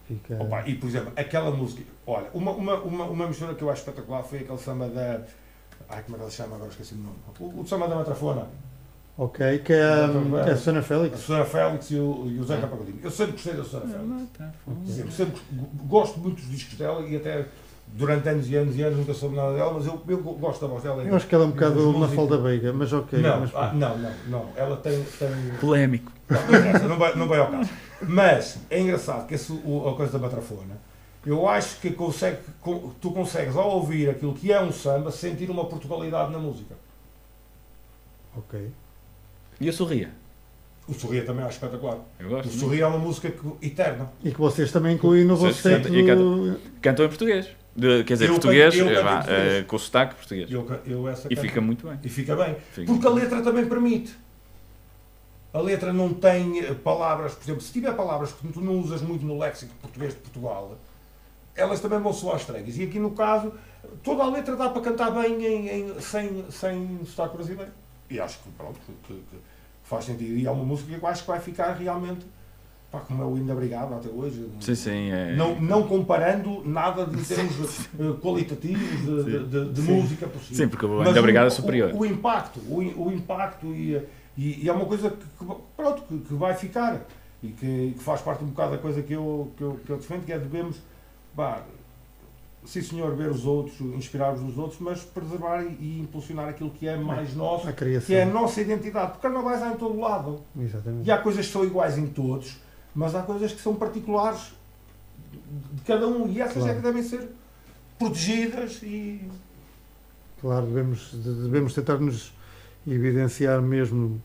[SPEAKER 3] Fica.
[SPEAKER 2] Opa, e por exemplo, aquela música. Olha, uma, uma, uma, uma mistura que eu acho espetacular foi aquele samba da. Ai, como é que ela se chama? Agora esqueci o nome. O, o samba da Matrafona.
[SPEAKER 3] Ok, que é, hum,
[SPEAKER 2] Não,
[SPEAKER 3] que é a
[SPEAKER 2] não.
[SPEAKER 3] Susana
[SPEAKER 2] A
[SPEAKER 3] Félix.
[SPEAKER 2] Susana Félix e o, e o Zeca Pagodinho. Eu sempre gostei da Susana Félix. Sempre, sempre go- gosto muito dos discos dela e até durante anos e anos e anos nunca soube nada dela, mas eu, eu gosto da voz dela.
[SPEAKER 3] Eu acho que ela é um
[SPEAKER 2] E
[SPEAKER 3] bocado
[SPEAKER 2] das
[SPEAKER 3] uma
[SPEAKER 2] músicas.
[SPEAKER 3] falda beiga, mas ok.
[SPEAKER 2] Não,
[SPEAKER 3] mas
[SPEAKER 2] ah, não, não, não. Ela tem. tem...
[SPEAKER 4] Polémico.
[SPEAKER 2] Não, não interessa, não vai, não vai ao caso. Mas é engraçado que esse, o, a coisa da matrafona, eu acho que consegue, con- tu consegues, ao ouvir aquilo que é um samba, sentir uma portugalidade na música.
[SPEAKER 3] ok.
[SPEAKER 4] E eu sorria.
[SPEAKER 2] O Sorria também acho espetacular.
[SPEAKER 4] Eu
[SPEAKER 2] O
[SPEAKER 4] gosto. muito.
[SPEAKER 2] Sorria é uma música que- eterna.
[SPEAKER 3] E que vocês também incluem no
[SPEAKER 4] Vocês
[SPEAKER 3] vosso set
[SPEAKER 4] sentem- e cada-
[SPEAKER 3] do...
[SPEAKER 4] Cantam em português. De- quer dizer,
[SPEAKER 2] Eu
[SPEAKER 4] português,
[SPEAKER 2] canto- eu canto em
[SPEAKER 4] vá,
[SPEAKER 2] português.
[SPEAKER 4] eh, com o sotaque português.
[SPEAKER 2] Eu, ca- eu essa
[SPEAKER 4] E
[SPEAKER 2] canto.
[SPEAKER 4] fica muito bem.
[SPEAKER 2] E fica bem.
[SPEAKER 4] Fica.
[SPEAKER 2] Porque a letra também permite. A letra não tem eh, palavras, por exemplo, se tiver palavras que tu não usas muito no léxico português de Portugal, elas também vão soar estranhas. E aqui no caso, toda a letra dá para cantar bem em- em- sem, sem sotaque brasileiro. E acho que, pronto, que, que- que faz sentido. E é uma música que eu acho que vai ficar realmente, pá, como eu ainda obrigado até hoje.
[SPEAKER 4] Sim, sim. É...
[SPEAKER 2] Não, não comparando nada de termos eh, qualitativos de, de- de- de música possível.
[SPEAKER 4] Sim, porque o
[SPEAKER 2] Mas
[SPEAKER 4] Ainda Obrigado
[SPEAKER 2] o-
[SPEAKER 4] é superior.
[SPEAKER 2] O, o impacto, o, i- o impacto e, a- e- e é uma coisa que, que, pronto, que, que vai ficar e que, que faz parte um bocado da coisa que eu, que eu, que eu defendo, que é devemos pá, sim senhor, ver os outros, inspirar-vos nos outros, mas preservar e impulsionar aquilo que é mais nosso,
[SPEAKER 3] a criação.
[SPEAKER 2] que é a nossa identidade. Porque carnavais há em todo lado.
[SPEAKER 3] Exatamente.
[SPEAKER 2] E há coisas que são iguais em todos, mas há coisas que são particulares de cada um. E essas é que
[SPEAKER 3] Claro.
[SPEAKER 2] devem ser protegidas e.
[SPEAKER 3] Claro, devemos, de- devemos tentar nos evidenciar mesmo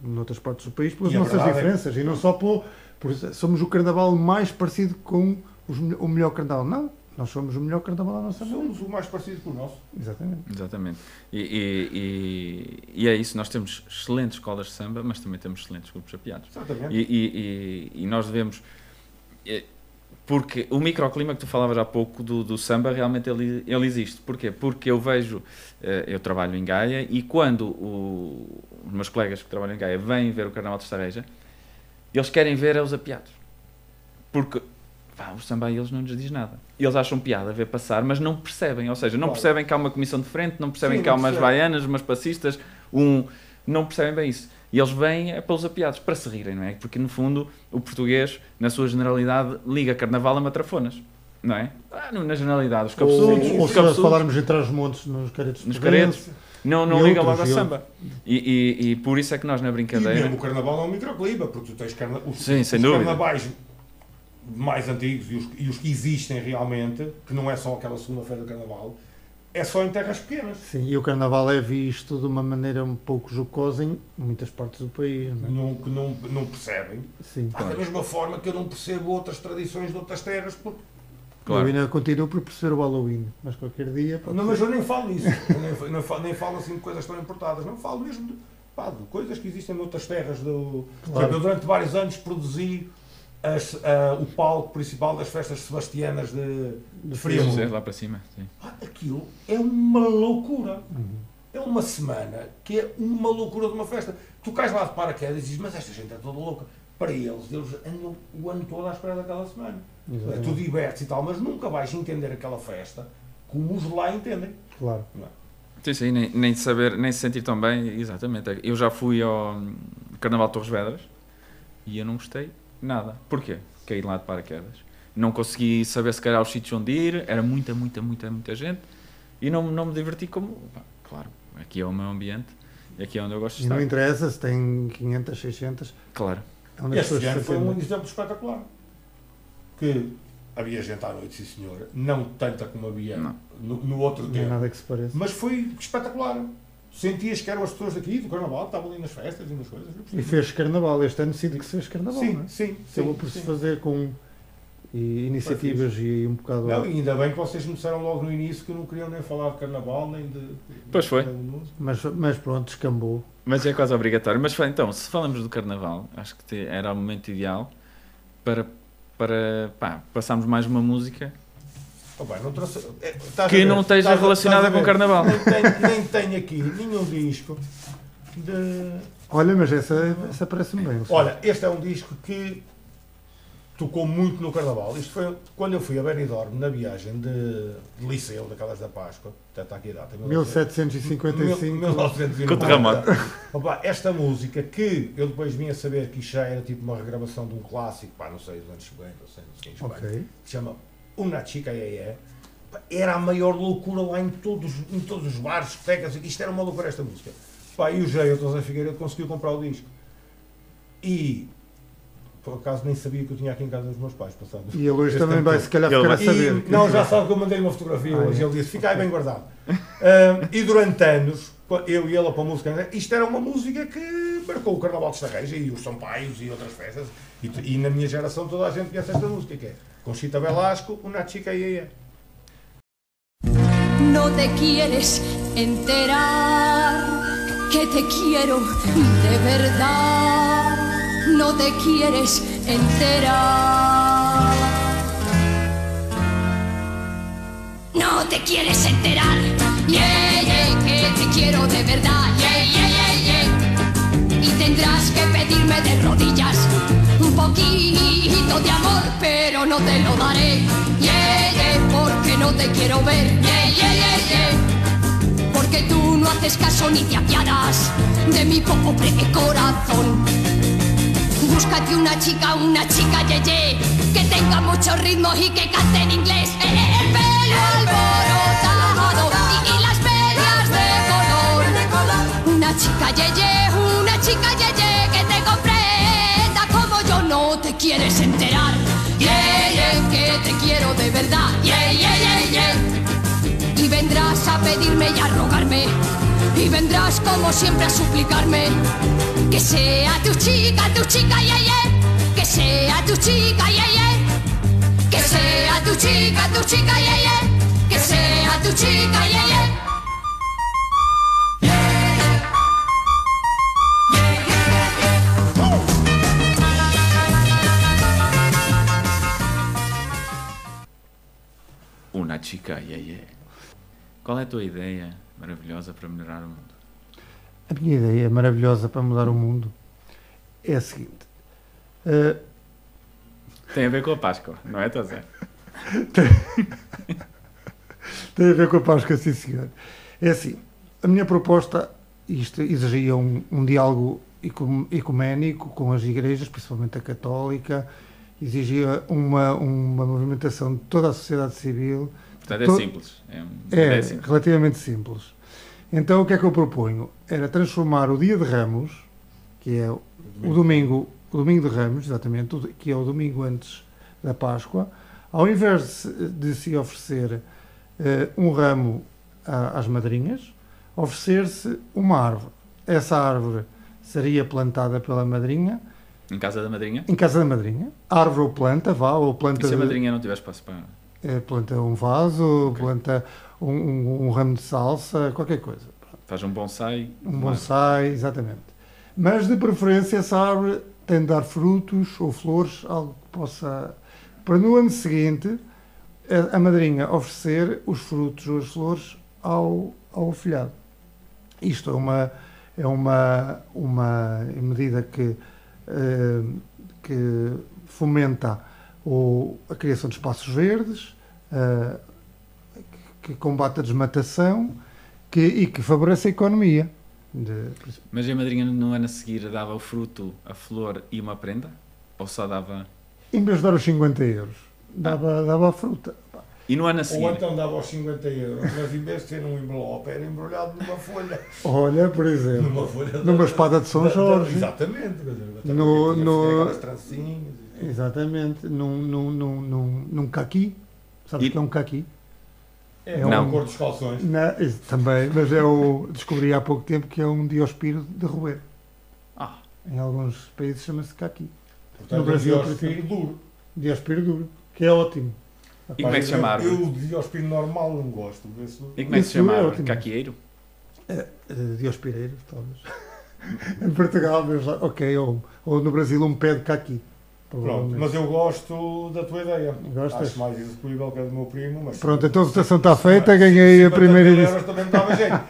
[SPEAKER 3] noutras partes do país pelas
[SPEAKER 2] E a
[SPEAKER 3] nossas
[SPEAKER 2] verdade é-
[SPEAKER 3] diferenças e não só pelo, por isso, somos o carnaval mais parecido com os me- o melhor carnaval. Não, nós somos o melhor carnaval da nossa vida.
[SPEAKER 2] Somos o mais parecido com o nosso.
[SPEAKER 3] Exatamente.
[SPEAKER 4] Exatamente. E, e- e- e é isso, nós temos excelentes escolas de samba, mas também temos excelentes grupos apiados.
[SPEAKER 2] Exatamente.
[SPEAKER 4] E, e- e- e nós devemos. eh, Porque o microclima que tu falavas há pouco do, do samba, realmente ele, ele existe. Porquê? Porque eu vejo, eh, eu trabalho em Gaia e quando o- os meus colegas que trabalham em Gaia vêm ver o Carnaval de Estareja, eles querem ver é os apiados. Porque pá, o samba a eles não lhes diz nada. Eles acham piada ver passar, mas não percebem. Ou seja, não
[SPEAKER 2] Claro.
[SPEAKER 4] percebem que há uma comissão de frente, não percebem
[SPEAKER 2] Sim,
[SPEAKER 4] que há
[SPEAKER 2] não
[SPEAKER 4] umas
[SPEAKER 2] percebem.
[SPEAKER 4] baianas, umas passistas, um. Não percebem bem isso. E eles vêm é pelos apiados, para se rirem, não é? Porque no fundo o português, na sua generalidade, liga carnaval a matrafonas. Não é? Ah, no- na generalidade, os cabeçudos,
[SPEAKER 3] ou, ou
[SPEAKER 4] os
[SPEAKER 3] se nós
[SPEAKER 4] cabeçudos,
[SPEAKER 3] falarmos entre os montes nos caretos
[SPEAKER 4] nos
[SPEAKER 3] portugueses,
[SPEAKER 4] caretos, não, não
[SPEAKER 3] E
[SPEAKER 4] liga
[SPEAKER 3] outros,
[SPEAKER 4] logo ao
[SPEAKER 3] e
[SPEAKER 4] samba. E, e- e por isso é que nós na
[SPEAKER 2] E mesmo
[SPEAKER 4] brincadeira.
[SPEAKER 2] o carnaval é um microclima, porque tu tens carna... os,
[SPEAKER 4] Sim, sem
[SPEAKER 2] os
[SPEAKER 4] dúvida.
[SPEAKER 2] carnavais mais antigos e os, e os que existem realmente, que não é só aquela segunda-feira do carnaval, é só em terras pequenas.
[SPEAKER 3] Sim, e o carnaval é visto de uma maneira um pouco jocosa em muitas partes do país. Não é?
[SPEAKER 2] Não, que não, não percebem.
[SPEAKER 3] Sim.
[SPEAKER 2] Ah, Da mesma forma que eu não percebo outras tradições de outras terras, porque
[SPEAKER 4] Claro.
[SPEAKER 3] Eu ainda continuo por perceber o Halloween, mas qualquer dia. pode
[SPEAKER 2] Não,
[SPEAKER 3] ser.
[SPEAKER 2] mas eu nem falo isso. Eu nem, fa- <laughs> nem fa- nem falo assim de coisas tão importadas. Não falo mesmo de, pá, de coisas que existem noutras terras. Do...
[SPEAKER 3] Claro.
[SPEAKER 2] Sabe, Eu durante vários anos produzi as- ah, o palco principal das festas sebastianas de, de Friamundo.
[SPEAKER 4] Dizer, lá para cima. sim.
[SPEAKER 2] Pá, Aquilo é uma loucura.
[SPEAKER 3] Uhum.
[SPEAKER 2] É uma semana que é uma loucura de uma festa. Tu cais lá de paraquedas e dizes, mas esta gente é toda louca. Para eles, eles andam o ano todo à espera daquela semana.
[SPEAKER 3] Exatamente.
[SPEAKER 2] Tu divertes e tal, mas nunca vais entender aquela festa como os lá entendem.
[SPEAKER 3] Claro.
[SPEAKER 4] Sim, sim, nem, nem saber, nem se sentir tão bem, exatamente. Eu já fui ao hum, Carnaval de Torres Vedras e eu não gostei nada. Porquê? Caí lá de paraquedas. Não consegui saber se calhar os sítios onde ir, era muita, muita, muita, muita gente e não, não me diverti como. pá, claro, aqui é o meu ambiente, aqui é onde eu gosto de
[SPEAKER 3] E não
[SPEAKER 4] estar.
[SPEAKER 3] interessa se tem 500, 600.
[SPEAKER 4] Claro,
[SPEAKER 3] É onde as pessoas
[SPEAKER 2] Este
[SPEAKER 3] se
[SPEAKER 2] ano foi um
[SPEAKER 3] sentem.
[SPEAKER 2] exemplo espetacular. Que havia gente à noite, sim senhor, não tanta como havia
[SPEAKER 4] Não.
[SPEAKER 2] no, no outro
[SPEAKER 3] Não é
[SPEAKER 2] tempo,
[SPEAKER 3] nada que se pareça.
[SPEAKER 2] mas foi espetacular. Sentias que eram as pessoas daqui, do carnaval, estavam ali nas festas e nas coisas.
[SPEAKER 3] E fez carnaval. Este ano sinto que se fez carnaval. não
[SPEAKER 2] Sim,
[SPEAKER 3] é?
[SPEAKER 2] sim,
[SPEAKER 3] Se eu vou por
[SPEAKER 2] sim.
[SPEAKER 3] se fazer com e iniciativas e um bocado.
[SPEAKER 2] Não, e ainda bem que vocês me disseram logo no início que não queriam nem falar de carnaval, nem de.
[SPEAKER 4] Pois foi.
[SPEAKER 3] Mas, mas pronto, descambou.
[SPEAKER 4] mas é quase obrigatório. Mas fa- então, se falamos do Carnaval, acho que te- era o momento ideal para, para pá, passarmos mais uma música
[SPEAKER 2] Oh, bem, não trouxe- é, estás a
[SPEAKER 4] que
[SPEAKER 2] ver,
[SPEAKER 4] não
[SPEAKER 2] estás
[SPEAKER 4] esteja
[SPEAKER 2] a-
[SPEAKER 4] relacionada
[SPEAKER 2] estás a
[SPEAKER 4] com o
[SPEAKER 2] ver.
[SPEAKER 4] Carnaval.
[SPEAKER 2] Nem tenho, nem tenho aqui nenhum disco de.
[SPEAKER 3] Olha, mas essa, essa parece-me bem.
[SPEAKER 2] Olha, este é um disco que tocou muito no Carnaval. Isto foi quando eu fui a Benidorm na viagem de, de Liceu, daquelas da Páscoa, até está aqui a data.
[SPEAKER 3] 1755.
[SPEAKER 2] Mil- 1990.
[SPEAKER 4] Com o terremoto.
[SPEAKER 2] Opa, esta música que eu depois vim a saber que isto já era tipo uma regravação de um clássico, pá, não sei, dos anos 50, não sei, não sei, não sei,
[SPEAKER 3] Ok.
[SPEAKER 2] que se chama Una Chica Yeye. Pá, Era a maior loucura lá em todos, em todos os bares, discotecas, isto era uma loucura esta música. Pá, e o Jair José Figueiredo conseguiu comprar o disco. E por acaso nem sabia que eu tinha aqui em casa dos meus pais passado.
[SPEAKER 3] E a Luís
[SPEAKER 2] este
[SPEAKER 3] também
[SPEAKER 2] tempo
[SPEAKER 3] vai,
[SPEAKER 2] todo.
[SPEAKER 3] se calhar,
[SPEAKER 4] Ele
[SPEAKER 3] ficar a
[SPEAKER 4] vai-
[SPEAKER 3] saber.
[SPEAKER 2] E, não, já sabe que eu mandei uma fotografia
[SPEAKER 3] Ah,
[SPEAKER 2] hoje,
[SPEAKER 3] é?
[SPEAKER 2] ele disse, fica aí bem
[SPEAKER 3] <laughs>
[SPEAKER 2] guardado. Ahm, e durante anos, eu e ela para a música, isto era uma música que marcou o Carnaval de Estarreja e os Sampaios e outras festas, e, tu- e na minha geração toda a gente conhece esta música, que é Conchita Velasco, Una Chica Iaia.
[SPEAKER 7] No te quieres enterar que te quiero de verdad. No te quieres enterar. No te quieres enterar. Yeah, yeah, que te quiero de verdad. Yeah, yeah, yeah, yeah. Y tendrás que pedirme de rodillas un poquito de amor, pero no te lo daré. Yeah, yeah, porque no te quiero ver. Yeah, yeah, yeah, yeah. Porque tú no haces caso ni te apiadas de mi pobre corazón. Búscate una chica, una chica yeye, que tenga muchos ritmos y que cante en inglés. Eh, eh, el pelo quieres enterar. Yeah, yeah, que te quiero de verdad. Yeah, yeah, yeah, yeah. Y vendrás a pedirme y a rogarme. Y vendrás como siempre a suplicarme. Que sea tu chica, tu chica, yeah, yeah. Que sea tu chica, yeah, yeah. Que sea tu chica, tu chica, yeah, yeah. Que sea tu chica, yeah, yeah.
[SPEAKER 4] Una chica, yeah, yeah. Qual é a tua ideia maravilhosa para melhorar o mundo?
[SPEAKER 3] A minha ideia maravilhosa para mudar o mundo é a seguinte. Eh,
[SPEAKER 4] Tem a ver com a Páscoa, não é, Tazé?
[SPEAKER 3] Tem a ver com a Páscoa, sim senhor. É assim, a minha proposta, isto exigia um, um diálogo ecum- ecuménico com as igrejas, principalmente a católica, exigia uma, uma movimentação de toda a sociedade civil,
[SPEAKER 4] Portanto, é
[SPEAKER 3] Tô-
[SPEAKER 4] simples. É, um-
[SPEAKER 3] é,
[SPEAKER 4] é simples.
[SPEAKER 3] relativamente simples. Então o que é que eu proponho? Era transformar o dia de Ramos, que é o o domingo, o domingo de Ramos, exatamente, o do- que é o domingo antes da Páscoa, ao invés de se, de se oferecer eh, um ramo a- às madrinhas, oferecer-se uma árvore. Essa árvore seria plantada pela madrinha,
[SPEAKER 4] Em casa da madrinha?
[SPEAKER 3] em casa da madrinha, árvore ou planta, vá, ou planta
[SPEAKER 4] E se a
[SPEAKER 3] de-
[SPEAKER 4] madrinha não tiver espaço para.
[SPEAKER 3] eh, planta um vaso, planta um, um- um ramo de salsa, qualquer coisa.
[SPEAKER 4] Faz um bonsai.
[SPEAKER 3] Um bonsai, exatamente. Mas de preferência essa árvore tem de dar frutos ou flores, algo que possa. Para no ano seguinte a, a madrinha oferecer os frutos ou as flores ao, ao afilhado. Isto é uma, é uma, uma medida que, eh, que fomenta o, a criação de espaços verdes, eh, que, que combate a desmatação que, e que favorece a economia. De-
[SPEAKER 4] Mas a madrinha no ano a seguir dava o fruto, a flor e uma prenda? Ou só dava.
[SPEAKER 3] em vez de dar os 50 euros, dava, dava a fruta.
[SPEAKER 4] E no ano a
[SPEAKER 2] Ou
[SPEAKER 4] seguir?
[SPEAKER 2] então dava os 50 euros, mas em vez de ter um envelope, era embrulhado numa folha.
[SPEAKER 3] Olha, por
[SPEAKER 2] Numa
[SPEAKER 3] exemplo,
[SPEAKER 2] folha.
[SPEAKER 3] <laughs> numa
[SPEAKER 2] da-
[SPEAKER 3] espada de São
[SPEAKER 2] da- da-
[SPEAKER 3] Jorge.
[SPEAKER 2] Exatamente. quer dizer, até
[SPEAKER 3] No-
[SPEAKER 2] porque tinha
[SPEAKER 3] no-
[SPEAKER 2] aquelas trancinhas.
[SPEAKER 3] Exatamente, num, num, num, num, num caqui. Sabes
[SPEAKER 4] E-
[SPEAKER 3] o que é um caqui?
[SPEAKER 2] É,
[SPEAKER 3] Não.
[SPEAKER 2] não. cor dos calções.
[SPEAKER 3] Na- isso também, mas eu descobri há pouco tempo que é um diospiro de roer.
[SPEAKER 4] Ah.
[SPEAKER 3] Em alguns países chama-se caqui.
[SPEAKER 2] Portanto,
[SPEAKER 3] No Brasil,
[SPEAKER 2] eu
[SPEAKER 3] por
[SPEAKER 2] dióspiro
[SPEAKER 3] exemplo.
[SPEAKER 2] duro.
[SPEAKER 3] Diospiro duro, que é ótimo.
[SPEAKER 4] E como é que se chama a
[SPEAKER 2] Eu,
[SPEAKER 4] árvore?
[SPEAKER 2] o diospiro normal não gosto. esse-
[SPEAKER 4] E como é que se chama a
[SPEAKER 3] Isso é
[SPEAKER 4] árvore?
[SPEAKER 3] ótimo.
[SPEAKER 4] Caquieiro?
[SPEAKER 3] Eh, Diospireiro,
[SPEAKER 2] <laughs>
[SPEAKER 3] talvez. em Portugal, mas, lá- ok, ou, ou no Brasil um pé de caqui.
[SPEAKER 2] Pronto,
[SPEAKER 3] provavelmente.
[SPEAKER 2] mas eu gosto da tua ideia.
[SPEAKER 3] Gostas?
[SPEAKER 2] Acho mais execuível que a do meu primo, mas...
[SPEAKER 3] Pronto, então a votação está feita, ganhei a
[SPEAKER 2] 50
[SPEAKER 3] primeira
[SPEAKER 2] mil
[SPEAKER 3] edição.
[SPEAKER 2] euros também não dava jeito.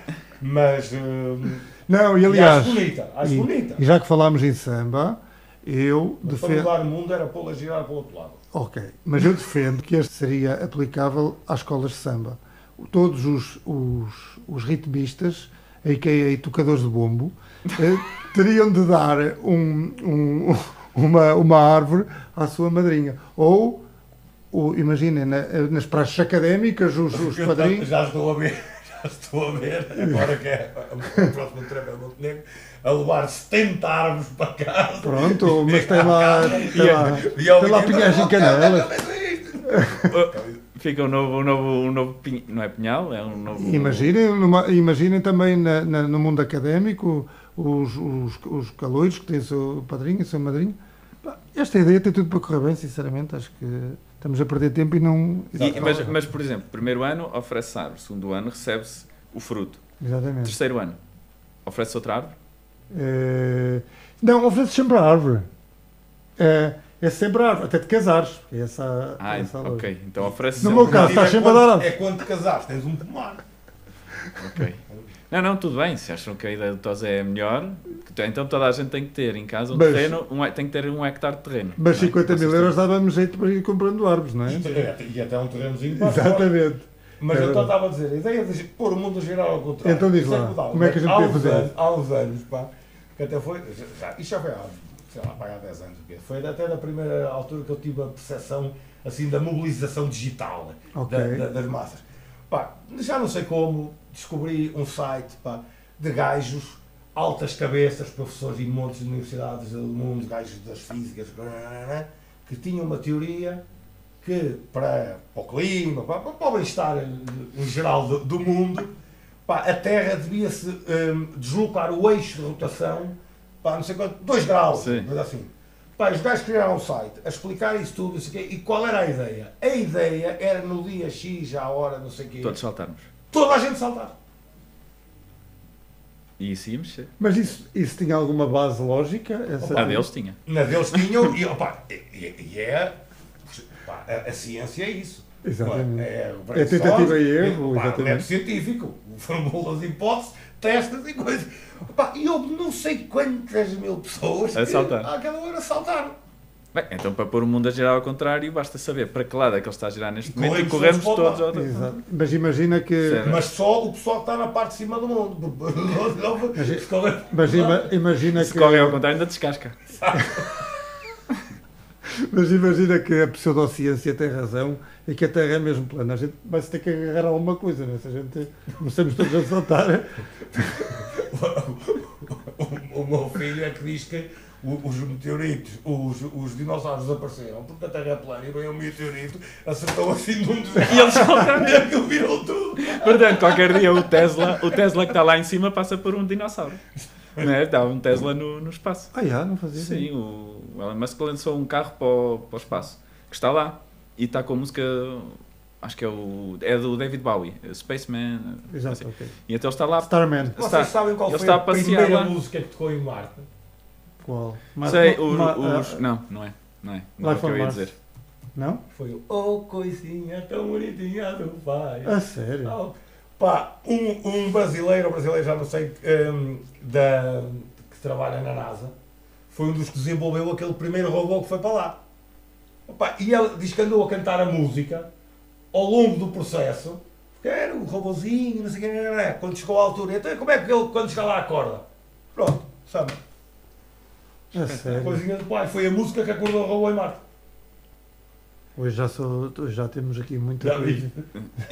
[SPEAKER 2] Mas, hum,
[SPEAKER 3] Não, e
[SPEAKER 2] e
[SPEAKER 3] aliás.
[SPEAKER 2] acho bonita, acho
[SPEAKER 3] e,
[SPEAKER 2] bonita.
[SPEAKER 3] e já que falámos em samba, eu
[SPEAKER 2] Mas para
[SPEAKER 3] defendo.
[SPEAKER 2] mudar o mundo era pô-la girar para o outro lado.
[SPEAKER 3] Ok, mas eu defendo que este seria aplicável às escolas de samba. O- Todos os, os, os ritmistas, a.k.a. tocadores de bombo, eh,
[SPEAKER 2] <laughs>
[SPEAKER 3] teriam de dar um- um- uma, uma árvore à sua madrinha. Ou, ou imaginem, na- nas praxes académicas, os, os
[SPEAKER 2] Eu
[SPEAKER 3] padrinhos.
[SPEAKER 2] Já estou a ver, <laughs> já estou a ver, agora que é o próximo trem é Montenegro, a levar 70 árvores para casa.
[SPEAKER 3] Pronto, mas tem
[SPEAKER 4] <laughs>
[SPEAKER 3] lá, tem
[SPEAKER 2] E-
[SPEAKER 3] lá,
[SPEAKER 2] e
[SPEAKER 4] é
[SPEAKER 2] alguém
[SPEAKER 3] tem lá
[SPEAKER 2] diz,
[SPEAKER 3] pinhais
[SPEAKER 2] "Não,
[SPEAKER 3] em
[SPEAKER 2] não, não,
[SPEAKER 3] canelas.
[SPEAKER 4] Fica um novo, um novo, um novo pinho. Não é pinhal, é um novo.
[SPEAKER 3] Imaginem, numa- imaginem também na- na- no mundo académico os, os, os caloiros que têm o seu padrinho, o seu madrinho. Pá, Esta ideia tem tudo para correr bem, sinceramente. Acho que estamos a perder tempo e não.
[SPEAKER 4] E- mas, mas, por exemplo, primeiro ano oferece árvore, segundo ano recebe-se o fruto,
[SPEAKER 3] Exatamente.
[SPEAKER 4] terceiro ano oferece outra árvore.
[SPEAKER 3] Eh, não, oferece sempre a árvore. Eh, é sempre a árvore, até te casares. porque é Essa,
[SPEAKER 4] Ah,
[SPEAKER 3] essa a lógica.
[SPEAKER 4] ok. Então oferece.
[SPEAKER 3] No meu
[SPEAKER 4] sempre-
[SPEAKER 3] caso, estás
[SPEAKER 2] é
[SPEAKER 3] sempre a
[SPEAKER 2] quando-
[SPEAKER 3] dar árvores.
[SPEAKER 2] É quando te casaste, tens um pomar.
[SPEAKER 4] Ok. Não, não, tudo bem. Se acham que a ideia do Tozé é melhor, que to- então toda a gente tem que ter em casa um
[SPEAKER 3] Mas-
[SPEAKER 4] terreno, um he- tem que ter um hectare de terreno.
[SPEAKER 3] Mas
[SPEAKER 4] não é?
[SPEAKER 3] 50 mil
[SPEAKER 4] Vocês
[SPEAKER 3] euros dávamos jeito para ir comprando árvores,
[SPEAKER 4] <laughs>
[SPEAKER 3] não é?
[SPEAKER 2] E até um terrenozinho para fora.
[SPEAKER 3] Exatamente.
[SPEAKER 2] Mas eu
[SPEAKER 3] É
[SPEAKER 2] então estava
[SPEAKER 3] verdade.
[SPEAKER 2] a dizer, a ideia de pôr o mundo a girar ao contrário.
[SPEAKER 3] Então diz
[SPEAKER 2] Isso
[SPEAKER 3] lá,
[SPEAKER 2] que mudava.
[SPEAKER 3] como é que a gente
[SPEAKER 2] Há
[SPEAKER 3] podia
[SPEAKER 2] uns
[SPEAKER 3] fazer?
[SPEAKER 2] anos- Há uns anos, pá, que até foi, já, isto já foi há, sei lá, pá, há 10 anos, o quê? foi até da primeira altura que eu tive a percepção, assim, da mobilização digital
[SPEAKER 3] Ok.
[SPEAKER 2] da- da- das massas. Pá, já não sei como, descobri um site, pá, de gajos, altas cabeças, professores de montes de universidades do mundo, gajos das físicas, que tinha uma teoria que para, para o clima, para, para o bem-estar em geral do, do mundo, pá, a Terra devia-se hum, deslocar o eixo de rotação para não sei quanto, 2 graus,
[SPEAKER 4] Sim.
[SPEAKER 2] mas assim. Pá, os gajos criaram um site a explicar isso tudo, não sei o quê, e qual era a ideia? A ideia era no dia X, à hora, não sei o quê,
[SPEAKER 4] Todos saltarmos.
[SPEAKER 2] toda a gente saltar.
[SPEAKER 4] E isso ia mexer.
[SPEAKER 3] Mas isso, isso tinha alguma base lógica? Essa
[SPEAKER 4] A deles Ah, tinha.
[SPEAKER 2] Na deles tinham, e, opa, e, e- e é. pá, a, a ciência é isso.
[SPEAKER 3] Exatamente.
[SPEAKER 2] Pá, É, o
[SPEAKER 3] É tentativa e
[SPEAKER 2] brainstorm,
[SPEAKER 3] erro,
[SPEAKER 2] pá,
[SPEAKER 3] exatamente.
[SPEAKER 2] método científico, formulas, hipóteses, testes e coisas. Pá, e houve não sei quantas mil pessoas
[SPEAKER 4] A saltar.
[SPEAKER 2] que àquela hora saltaram.
[SPEAKER 4] Bem, então para pôr o mundo a girar ao contrário, basta saber para que lado é que ele está a girar neste
[SPEAKER 2] E
[SPEAKER 4] momento e
[SPEAKER 2] corremos
[SPEAKER 4] corremos
[SPEAKER 2] todos para o
[SPEAKER 4] todos ao outro.
[SPEAKER 3] Exato. Mas imagina que.
[SPEAKER 4] Certo.
[SPEAKER 2] Mas só o pessoal que está na parte de cima do mundo. <laughs> é
[SPEAKER 3] Mas é- ima- imagina
[SPEAKER 4] Se
[SPEAKER 3] que.
[SPEAKER 4] corre ao contrário, ainda descasca.
[SPEAKER 3] Mas imagina que a pseudociência tem razão e que a Terra é mesmo plana. A gente vai se ter que agarrar a alguma coisa, não é? Se a gente começamos todos a saltar.
[SPEAKER 2] O, o meu filho é que diz que o- os meteoritos, os, os dinossauros desapareceram porque a Terra é plana e veio um meteorito, acertou assim num dos
[SPEAKER 4] <laughs> E eles saltaram.
[SPEAKER 2] e aquilo virou tudo.
[SPEAKER 4] Portanto, qualquer dia o Tesla, o Tesla que está lá em cima passa por
[SPEAKER 3] <laughs>
[SPEAKER 4] um dinossauro. Não é? Está um Tesla no, no espaço.
[SPEAKER 3] Ah, já, não fazia.
[SPEAKER 4] Sim, o Elon Musk lançou um carro para o, para o espaço, que está lá, e está com a música, acho que é, o, é do David Bowie, Spaceman,
[SPEAKER 3] Exato,
[SPEAKER 4] assim.
[SPEAKER 3] ok.
[SPEAKER 4] e então está lá,
[SPEAKER 3] Starman.
[SPEAKER 2] Vocês
[SPEAKER 4] Está-
[SPEAKER 2] sabem qual
[SPEAKER 4] ele
[SPEAKER 2] foi
[SPEAKER 4] está
[SPEAKER 2] a
[SPEAKER 4] a passear
[SPEAKER 2] primeira
[SPEAKER 4] lá.
[SPEAKER 2] música que tocou em Marte?
[SPEAKER 3] Qual? Ma-
[SPEAKER 4] sei, o-
[SPEAKER 3] ma-
[SPEAKER 4] os,
[SPEAKER 3] ah,
[SPEAKER 4] não, não é, não é, não é o
[SPEAKER 3] Life
[SPEAKER 4] que
[SPEAKER 3] on
[SPEAKER 4] eu ia
[SPEAKER 3] Mars.
[SPEAKER 4] dizer,
[SPEAKER 3] Não?
[SPEAKER 2] Foi o Oh Coisinha Tão Bonitinha do Pai.
[SPEAKER 3] A sério?
[SPEAKER 2] Oh, pá, um, um brasileiro, um brasileiro já não sei, hum, da, que trabalha na NASA, foi um dos que desenvolveu aquele primeiro robô que foi para lá. Opa, e ele diz que andou a cantar a música ao longo do processo, porque era um robôzinho, não sei o que, não, não, quando chegou à altura, então como é que ele quando chega lá acorda? Pronto, sabe?
[SPEAKER 3] A
[SPEAKER 2] A
[SPEAKER 3] sério.
[SPEAKER 2] coisinha do pai, foi a música que acordou o robô em Marte.
[SPEAKER 3] Hoje já, sou, hoje já temos aqui muita
[SPEAKER 2] Já vi.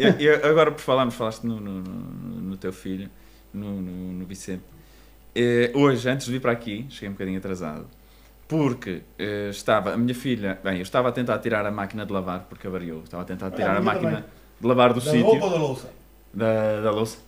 [SPEAKER 3] coisa.
[SPEAKER 4] E- e agora por falarmos, falaste no, no, no- no teu filho, no, no, no Vicente, Eh, hoje, antes de vir para aqui, cheguei um bocadinho atrasado, porque eh, estava, a minha filha, bem, eu estava a tentar tirar a máquina de lavar, porque avariou, estava a tentar
[SPEAKER 2] Olha,
[SPEAKER 3] Ah,
[SPEAKER 4] tirar
[SPEAKER 2] a
[SPEAKER 4] a
[SPEAKER 2] minha
[SPEAKER 4] máquina
[SPEAKER 2] também.
[SPEAKER 4] de lavar do
[SPEAKER 2] Da roupa
[SPEAKER 4] sítio,
[SPEAKER 2] ou da louça?
[SPEAKER 4] da, da louça,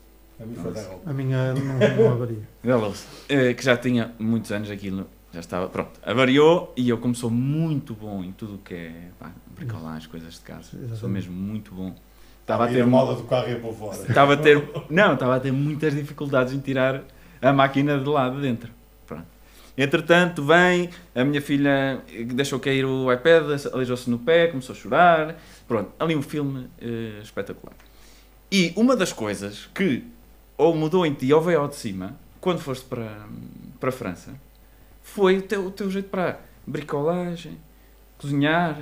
[SPEAKER 2] A mim foi da roupa.
[SPEAKER 3] A minha não, não avaria.
[SPEAKER 4] Da louça. Eh, que já tinha muitos anos aquilo, já estava, pronto. Avariou e eu como sou muito bom em tudo o que é pá, bricolagem, coisas de casa. Sou
[SPEAKER 3] Exatamente.
[SPEAKER 4] mesmo muito bom. Estava a ter,
[SPEAKER 2] a moda do carro ia para fora.
[SPEAKER 4] estava a ter, não, estava a ter muitas dificuldades em tirar a máquina de lá de dentro. Pronto. Entretanto, vem, a minha filha eh, deixou cair o iPad, aleijou-se no pé, começou a chorar. Pronto, ali um filme eh, espetacular. E uma das coisas que ou mudou em ti ou veio ao de cima, quando foste para, para a França, foi o teu, o teu jeito para bricolagem, cozinhar.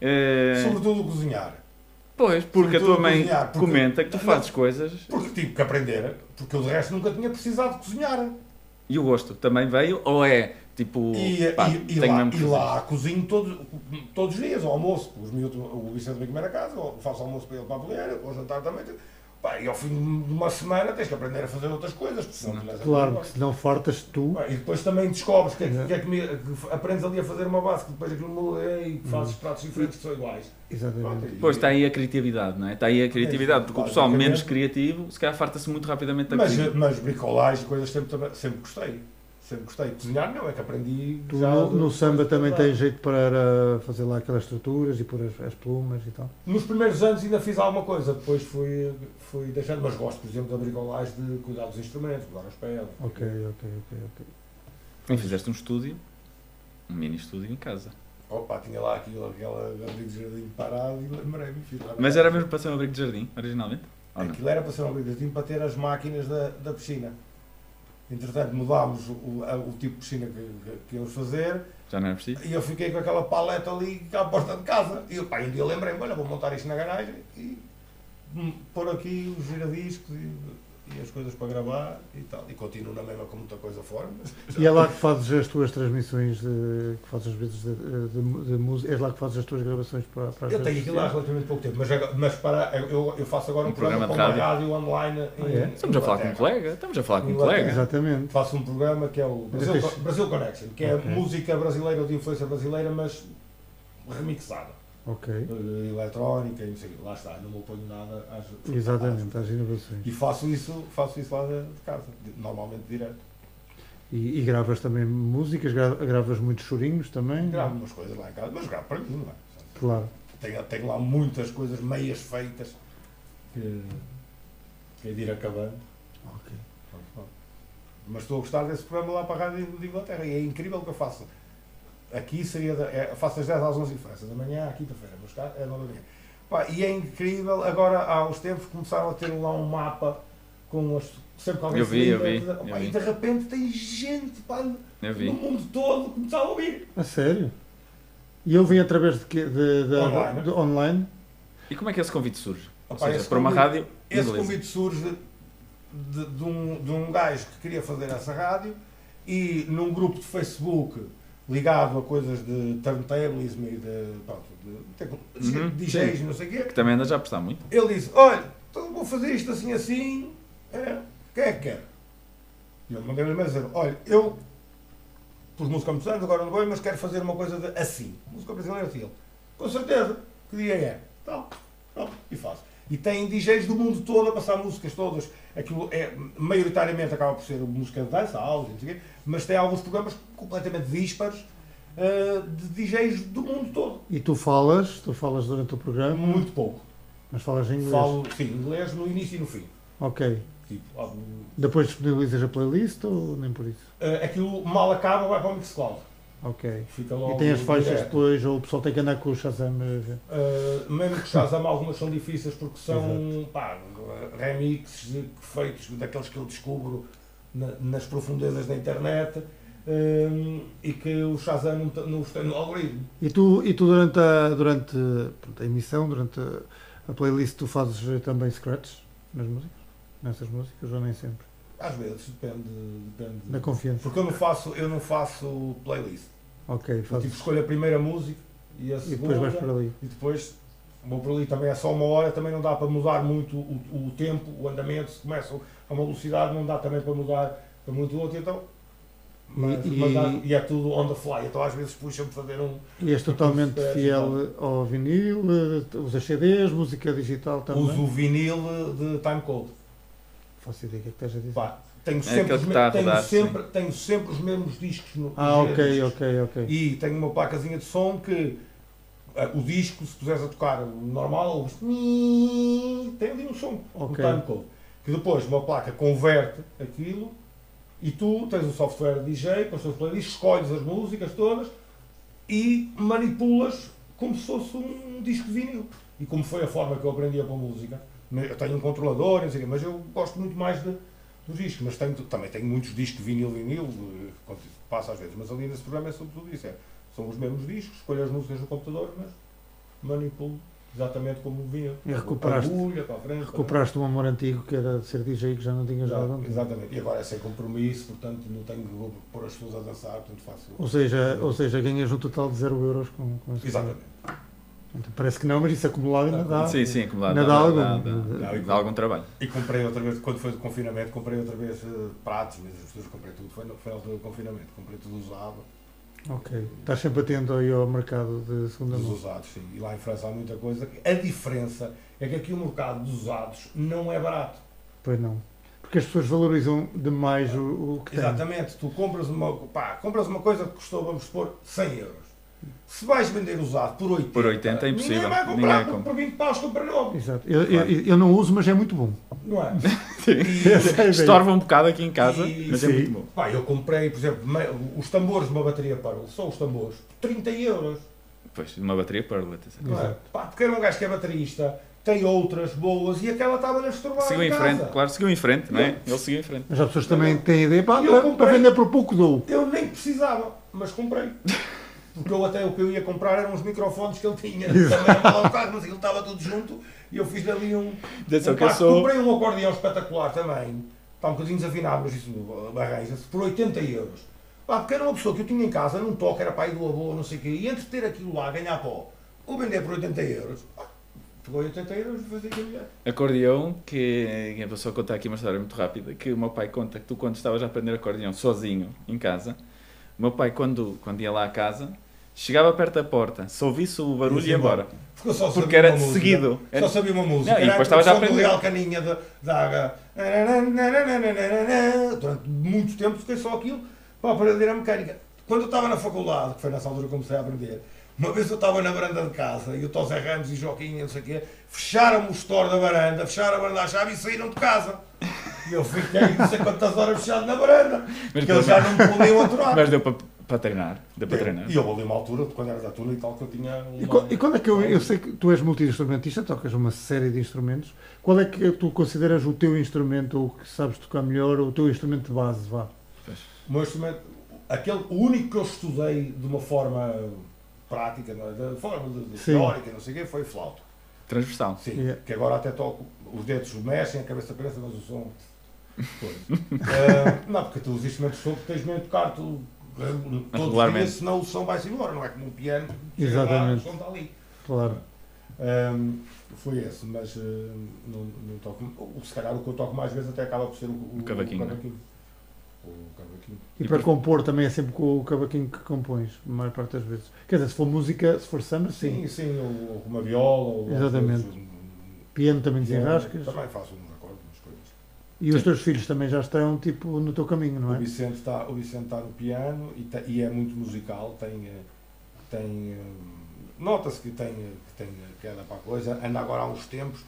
[SPEAKER 4] eh,
[SPEAKER 2] Sobretudo cozinhar.
[SPEAKER 4] pois, porque a tua
[SPEAKER 2] sobretudo
[SPEAKER 4] mãe
[SPEAKER 2] cozinhar, porque-
[SPEAKER 4] comenta que tu
[SPEAKER 2] Não.
[SPEAKER 4] fazes coisas
[SPEAKER 2] Porque tive que aprender, porque eu de resto nunca tinha precisado cozinhar.
[SPEAKER 4] E o gosto também veio? Ou é tipo.
[SPEAKER 2] E,
[SPEAKER 4] pá,
[SPEAKER 2] e- e
[SPEAKER 4] tenho
[SPEAKER 2] lá,
[SPEAKER 4] mesmo que
[SPEAKER 2] e
[SPEAKER 4] fazer
[SPEAKER 2] lá cozinho todo, todos os dias, ao almoço. Os miúdos, o Vicente vem comer a casa, eu faço almoço para ele para a mulher, ao jantar também. Pá, e ao fim de uma semana tens que aprender a fazer outras coisas, porque senão tu lhes
[SPEAKER 3] Claro que se não fartas tu.
[SPEAKER 2] Pá, E depois também descobres que, é- que é comi- que aprendes ali a fazer uma base, que depois aquilo muda e fazes pratos diferentes que são iguais. Pronto,
[SPEAKER 3] Exatamente.
[SPEAKER 2] e-
[SPEAKER 4] isso. Pois está aí a criatividade, não é? Está aí a criatividade, porque o pessoal
[SPEAKER 2] basicamente.
[SPEAKER 4] menos criativo se calhar farta-se muito rapidamente da
[SPEAKER 2] Mas,
[SPEAKER 4] cozinha.
[SPEAKER 2] mas bricolagem, coisas sempre, também- sempre gostei. Sempre gostei. Cozinhar não, é que aprendi.
[SPEAKER 3] Tu
[SPEAKER 2] já
[SPEAKER 3] no,
[SPEAKER 2] de-
[SPEAKER 3] no samba também
[SPEAKER 2] lá.
[SPEAKER 3] tens jeito para fazer lá aquelas estruturas e pôr as, as plumas e tal.
[SPEAKER 2] Nos primeiros anos ainda fiz alguma coisa, depois fui, fui deixando, mas gosto, por exemplo, da bricolagem de cuidar dos instrumentos, cuidar as pedras.
[SPEAKER 3] Ok, ok, ok, ok.
[SPEAKER 4] E fizeste um estúdio, um mini estúdio em casa.
[SPEAKER 2] Opa, tinha lá aquilo, aquela abrigo de jardim parado e lembrei-me. fiz lá.
[SPEAKER 4] Mas era mesmo para ser um abrigo de jardim, originalmente? Ou não?
[SPEAKER 2] Aquilo era para ser um abrigo de jardim para ter as máquinas da, da piscina. Entretanto, mudámos o, a- o tipo de piscina que, que, que íamos fazer
[SPEAKER 4] Já não era preciso?
[SPEAKER 2] e eu fiquei com aquela paleta ali à porta de casa. E pá, um dia lembrei-me, olha, vou montar isto na garagem e hum, pôr aqui os giradiscos e, e as coisas para gravar e tal. E continuo na mesma com muita coisa fora, mas
[SPEAKER 3] E é lá que fazes as tuas transmissões, de, que fazes às vezes de, de- de música, é lá que fazes as tuas gravações para, para é. as
[SPEAKER 2] Eu tenho
[SPEAKER 3] redes
[SPEAKER 2] aquilo há
[SPEAKER 3] sociais?
[SPEAKER 2] relativamente pouco tempo, mas, agora- mas para, eu, eu faço agora um,
[SPEAKER 4] Um programa
[SPEAKER 2] programa
[SPEAKER 4] de
[SPEAKER 2] para uma rádio online. em-
[SPEAKER 3] Ah, é?
[SPEAKER 2] em
[SPEAKER 4] Estamos a falar com um
[SPEAKER 2] Inglaterra.
[SPEAKER 4] colega, estamos a falar com um
[SPEAKER 2] Inglaterra.
[SPEAKER 4] colega.
[SPEAKER 3] Exatamente.
[SPEAKER 2] Faço um programa que é o Brasil,
[SPEAKER 3] tens-
[SPEAKER 2] Brasil Connection, que é
[SPEAKER 3] Ok.
[SPEAKER 2] música brasileira ou de influência brasileira, mas remixada.
[SPEAKER 3] Ok.
[SPEAKER 2] eh, Eletrónica e não sei o quê. Lá está, não me oponho nada às.
[SPEAKER 3] Exatamente,
[SPEAKER 2] às-
[SPEAKER 3] às inovações.
[SPEAKER 2] E faço isso, faço isso lá de de casa, de- normalmente direto.
[SPEAKER 3] E, e gravas também músicas, gra- gravas muitos chorinhos também?
[SPEAKER 2] Gravo umas coisas lá em casa, mas gravo para mim, não é?
[SPEAKER 3] Claro.
[SPEAKER 2] Tenho, tenho lá muitas coisas meias feitas que, que é de ir acabando.
[SPEAKER 3] Ok.
[SPEAKER 2] Mas estou a gostar desse programa lá para a Rádio de Inglaterra e é incrível o que eu faço. Aqui seria da- é, faço às 10 às 11 em França, da manhã à quinta-feira, mas cá é 9 da manhã. Pá, e é incrível, agora há uns tempos começaram a ter lá um mapa com as. Sempre que alguém
[SPEAKER 4] Eu
[SPEAKER 2] se
[SPEAKER 4] vi, eu
[SPEAKER 2] liga,
[SPEAKER 4] vi,
[SPEAKER 2] pá,
[SPEAKER 4] eu
[SPEAKER 2] e
[SPEAKER 4] vi.
[SPEAKER 2] de repente tem gente pá, no
[SPEAKER 4] Eu vi.
[SPEAKER 2] mundo todo começar a ouvir.
[SPEAKER 3] A sério? E eu vim através de quê? De, de-
[SPEAKER 2] Online.
[SPEAKER 3] de online?
[SPEAKER 4] E como é que esse convite surge? Ou
[SPEAKER 2] Opa,
[SPEAKER 4] seja,
[SPEAKER 2] esse
[SPEAKER 4] para uma
[SPEAKER 2] convite-
[SPEAKER 4] rádio
[SPEAKER 2] Esse
[SPEAKER 4] inglesa.
[SPEAKER 2] convite surge de, de um, de um gajo que queria fazer essa rádio e num grupo de Facebook ligado a coisas de turntablism e de, pronto, de, tipo, de,
[SPEAKER 4] Uhum,
[SPEAKER 2] DJs e não sei o quê,
[SPEAKER 4] Que também anda já a prestar muito.
[SPEAKER 2] ele disse, olha, então vou fazer isto assim assim, é, quem é que quer? E eu mandei-lhe mesmo dizer, olha, eu pus música há muitos anos, agora não vou, mas quero fazer uma coisa de assim. Música brasileira assim. Ele, Com certeza, que dia é? Tal, tal, e faço. E tem DJs do mundo todo a passar músicas todas. Aquilo é, maioritariamente acaba por ser música de dança, áudio, não sei o quê, mas tem alguns programas completamente dispares ah, de DJs do mundo todo.
[SPEAKER 3] E tu falas, tu falas durante o programa,
[SPEAKER 2] Muito pouco.
[SPEAKER 3] mas falas em inglês.
[SPEAKER 2] Falo, sim, inglês no início e no fim.
[SPEAKER 3] Ok.
[SPEAKER 2] Tipo, ó,
[SPEAKER 3] Depois disponibilizas a playlist ou nem por isso?
[SPEAKER 2] eh, aquilo mal acaba, vai para o Mixcloud.
[SPEAKER 3] Ok.
[SPEAKER 2] Fica logo
[SPEAKER 3] E tem as faixas
[SPEAKER 2] direto.
[SPEAKER 3] depois, ou o pessoal tem que andar com o Shazam a ver.
[SPEAKER 2] Eh, mesmo que Shazam, algumas são difíceis porque são pá, remixes de- feitos daqueles que eu descubro na- nas profundezas da internet eh, e que o Shazam não, te- não os tem no algoritmo.
[SPEAKER 3] E tu, e tu durante, a, durante pronto, a emissão, durante a, a playlist, tu fazes também scratch nas músicas? Nessas músicas, ou nem sempre?
[SPEAKER 2] Às vezes, depende. depende
[SPEAKER 3] Na confiança.
[SPEAKER 2] Porque eu não faço, eu não faço playlist.
[SPEAKER 3] Ok,
[SPEAKER 2] Eu tipo,
[SPEAKER 3] fazes.
[SPEAKER 2] escolho a primeira música e a
[SPEAKER 3] E
[SPEAKER 2] segunda.
[SPEAKER 3] depois vais para ali.
[SPEAKER 2] E depois, vou por ali também é só uma hora, também não dá para mudar muito o, o tempo, o andamento, se começam a uma velocidade, não dá também para mudar para muito outro, então. Mas,
[SPEAKER 3] E-
[SPEAKER 2] mas dá-
[SPEAKER 3] e-
[SPEAKER 2] e é tudo on the fly, então às vezes puxa-me fazer um.
[SPEAKER 3] E és totalmente
[SPEAKER 2] Scratch, é?
[SPEAKER 3] fiel ao vinil, eh, usas CDs, música digital também.
[SPEAKER 2] Uso o vinil de time code.
[SPEAKER 3] Faço ideia do que é que estás a dizer.
[SPEAKER 2] Pá, tenho,
[SPEAKER 4] aquele
[SPEAKER 2] sempre, os
[SPEAKER 4] que
[SPEAKER 2] me-
[SPEAKER 4] está a
[SPEAKER 2] tenho,
[SPEAKER 4] rodar,
[SPEAKER 2] sempre, tenho sempre os mesmos discos no
[SPEAKER 3] Ah,
[SPEAKER 2] os
[SPEAKER 3] ok,
[SPEAKER 2] discos.
[SPEAKER 3] ok, ok.
[SPEAKER 2] E tenho uma placazinha de som que ah, o disco, se puseres a tocar normal, ouves tem ali um som, um
[SPEAKER 3] Ok.
[SPEAKER 2] time code. Que depois uma placa converte aquilo e tu tens um software DJ com as tuas playlists, escolhes as músicas todas e manipulas como se fosse um disco de vinil. E como foi a forma que eu aprendi a pôr música, eu tenho um controlador, não sei o quê, mas eu gosto muito mais de, dos discos. Mas tenho, também tenho muitos discos de vinil, vinil, eh, quando passa às vezes. Mas ali nesse programa é sobretudo isso: é, são os mesmos discos, escolho as músicas no computador, mas manipulo exatamente como o vinil.
[SPEAKER 3] E recuperaste-
[SPEAKER 2] Agulha, para a frente, para-
[SPEAKER 3] Recuperaste um amor antigo que era de ser DJ que já não tinhas dado
[SPEAKER 2] Exato,
[SPEAKER 3] antes.
[SPEAKER 2] Exatamente. E agora é sem compromisso, portanto não tenho que pôr as pessoas a dançar, portanto faço.
[SPEAKER 3] Ou seja, ou seja, ganhas um total de 0 euros com, com esse
[SPEAKER 2] Exatamente.
[SPEAKER 3] Então, Parece que não, mas isso acumulado ainda
[SPEAKER 2] Ah,
[SPEAKER 3] dá.
[SPEAKER 4] Sim, sim, acumulado.
[SPEAKER 3] Ainda
[SPEAKER 4] Dá,
[SPEAKER 3] dá
[SPEAKER 4] dá,
[SPEAKER 3] algum-
[SPEAKER 4] dá,
[SPEAKER 2] dá-
[SPEAKER 4] dá- dá algum trabalho.
[SPEAKER 2] E comprei outra vez, quando foi o confinamento, comprei outra vez eh, pratos, mas as pessoas comprei tudo, foi, no- foi na altura do confinamento, comprei tudo usado,
[SPEAKER 3] Ok. Estás sempre atento aí ao mercado de segunda
[SPEAKER 2] dos
[SPEAKER 3] mão.
[SPEAKER 2] usados, sim. E lá em França há muita coisa. A diferença é que aqui o mercado dos usados não é barato.
[SPEAKER 3] Pois não. Porque as pessoas valorizam demais o, o que têm.
[SPEAKER 2] Exatamente, tu compras uma, pá, compras uma coisa que custou, vamos supor, 100 euros. Se vais vender usado por 80,
[SPEAKER 4] Por 80 é impossível,
[SPEAKER 2] ninguém vai
[SPEAKER 4] ninguém
[SPEAKER 2] comprar,
[SPEAKER 4] compra.
[SPEAKER 2] porque por 20 paus compra novo,
[SPEAKER 3] Exato. Eu, eu, eu não uso, mas é muito bom.
[SPEAKER 2] não
[SPEAKER 4] <laughs>
[SPEAKER 2] é?
[SPEAKER 4] Estorva um bocado aqui em casa,
[SPEAKER 2] E-
[SPEAKER 4] mas é
[SPEAKER 3] sim.
[SPEAKER 4] muito bom.
[SPEAKER 2] Pá, eu comprei, por exemplo, me- os tambores de uma bateria Pearl, só os tambores, 30 euros.
[SPEAKER 4] Pois, uma bateria Pearl, atenção.
[SPEAKER 2] Não é? Pá, porque era um gajo que é baterista, tem outras boas e aquela estava na estrobada.
[SPEAKER 4] Seguiu em
[SPEAKER 2] casa.
[SPEAKER 4] frente, claro, seguiu em frente, não é? Ele seguiu em frente.
[SPEAKER 3] Mas as pessoas também têm a ideia, pá,
[SPEAKER 2] Eu
[SPEAKER 3] para,
[SPEAKER 2] comprei.
[SPEAKER 3] para vender por pouco dou.
[SPEAKER 2] Eu nem precisava, mas
[SPEAKER 4] <laughs>
[SPEAKER 2] comprei. Porque eu até o que eu ia comprar eram os microfones que ele tinha. Também era lá um bocado, mas aquilo estava tudo junto e eu fiz ali um.
[SPEAKER 4] Atenção
[SPEAKER 2] um
[SPEAKER 4] que eu
[SPEAKER 2] par-
[SPEAKER 4] sou-
[SPEAKER 2] Comprei um acordeão espetacular também. Está um bocadinho desafinado, mas isso arranja-se, por 80 euros. Pá, porque era uma pessoa que eu tinha em casa, num toque, era pai do avô, não sei o quê, e entre ter aquilo lá, ganhar pó, ou vender por 80 euros, pá, pegou 80 euros e fazia aquilo melhor.
[SPEAKER 4] Acordeão, que eu vou só contar aqui uma história muito rápida, que o meu pai conta que tu quando estavas a aprender acordeão sozinho em casa, o meu pai quando, quando ia lá a casa, Chegava perto da porta, se ouvisse o barulho
[SPEAKER 2] Ia-se
[SPEAKER 4] ia embora.
[SPEAKER 2] Ficou só
[SPEAKER 4] Porque
[SPEAKER 2] sabia
[SPEAKER 4] era
[SPEAKER 2] uma
[SPEAKER 4] de
[SPEAKER 2] música.
[SPEAKER 4] seguido.
[SPEAKER 2] Só
[SPEAKER 4] Era-
[SPEAKER 2] sabia uma música.
[SPEAKER 4] Não, e
[SPEAKER 2] Era
[SPEAKER 4] depois estavas a
[SPEAKER 2] produção do
[SPEAKER 4] aprender.
[SPEAKER 2] Leal Caninha da, da Águia. Durante muito tempo fiquei só aquilo para aprender a mecânica. Quando eu estava na faculdade, que foi nessa altura que comecei a aprender, uma vez eu estava na varanda de casa e o Tosé Ramos e Joaquim, não sei o quê, fecharam o store da varanda, fecharam a varanda à chave e saíram de casa. E eu fiquei não sei quantas horas fechado na varanda, porque eles já não me podiam aturar.
[SPEAKER 4] <laughs> Mas deu para para treinar. Deu
[SPEAKER 2] É.
[SPEAKER 4] para treinar.
[SPEAKER 2] E eu ali uma altura, quando era da turma e tal, que eu tinha...
[SPEAKER 3] E, qual- e quando é que eu, eu sei que tu és multi-instrumentista, tocas uma série de instrumentos. Qual é que tu consideras o teu instrumento, o que sabes tocar melhor, o teu instrumento de base, vá?
[SPEAKER 2] O meu instrumento, aquele, o único que eu estudei de uma forma prática, não é? de forma de- de
[SPEAKER 3] Sim.
[SPEAKER 2] teórica, não sei o quê, foi flauta.
[SPEAKER 4] Transversal.
[SPEAKER 2] Sim,
[SPEAKER 3] Yeah.
[SPEAKER 2] que agora até toco, os dedos mexem, a cabeça presa, mas o
[SPEAKER 3] <laughs>
[SPEAKER 2] som... Coisa. Ah, não, porque tu os instrumentos de som tu tens mesmo de tocar tu, todos os
[SPEAKER 4] Regularmente.
[SPEAKER 2] dias, senão o som vai-se embora, não é como um piano, que chega lá, o
[SPEAKER 3] Exatamente.
[SPEAKER 2] som está ali.
[SPEAKER 3] Claro.
[SPEAKER 2] Ahm, foi esse, mas ahm, não, não toco. o- Se calhar o que eu toco mais vezes até acaba por ser o, o,
[SPEAKER 4] O cavaquinho,
[SPEAKER 2] O
[SPEAKER 4] não é?
[SPEAKER 2] cavaquinho. O cavaquinho.
[SPEAKER 3] E,
[SPEAKER 4] E
[SPEAKER 3] para
[SPEAKER 4] por-
[SPEAKER 3] compor também é sempre com o cavaquinho que compões, a maior parte das vezes. Quer dizer, se for música, se for samba, sim.
[SPEAKER 2] Sim, sim, ou, ou uma viola. um Ou,
[SPEAKER 3] Exatamente.
[SPEAKER 2] ou-
[SPEAKER 3] Piano também
[SPEAKER 2] Eu
[SPEAKER 3] desenrascas.
[SPEAKER 2] é Também faço uns acordes, umas coisas.
[SPEAKER 3] E os teus filhos também já estão, tipo, no teu caminho, não
[SPEAKER 2] O
[SPEAKER 3] é?
[SPEAKER 2] Vicente está, o Vicente está no piano e, te- e é muito musical, tem. eh, tem eh, Nota-se que tem, eh, que tem eh, queda para a coisa, anda agora há uns tempos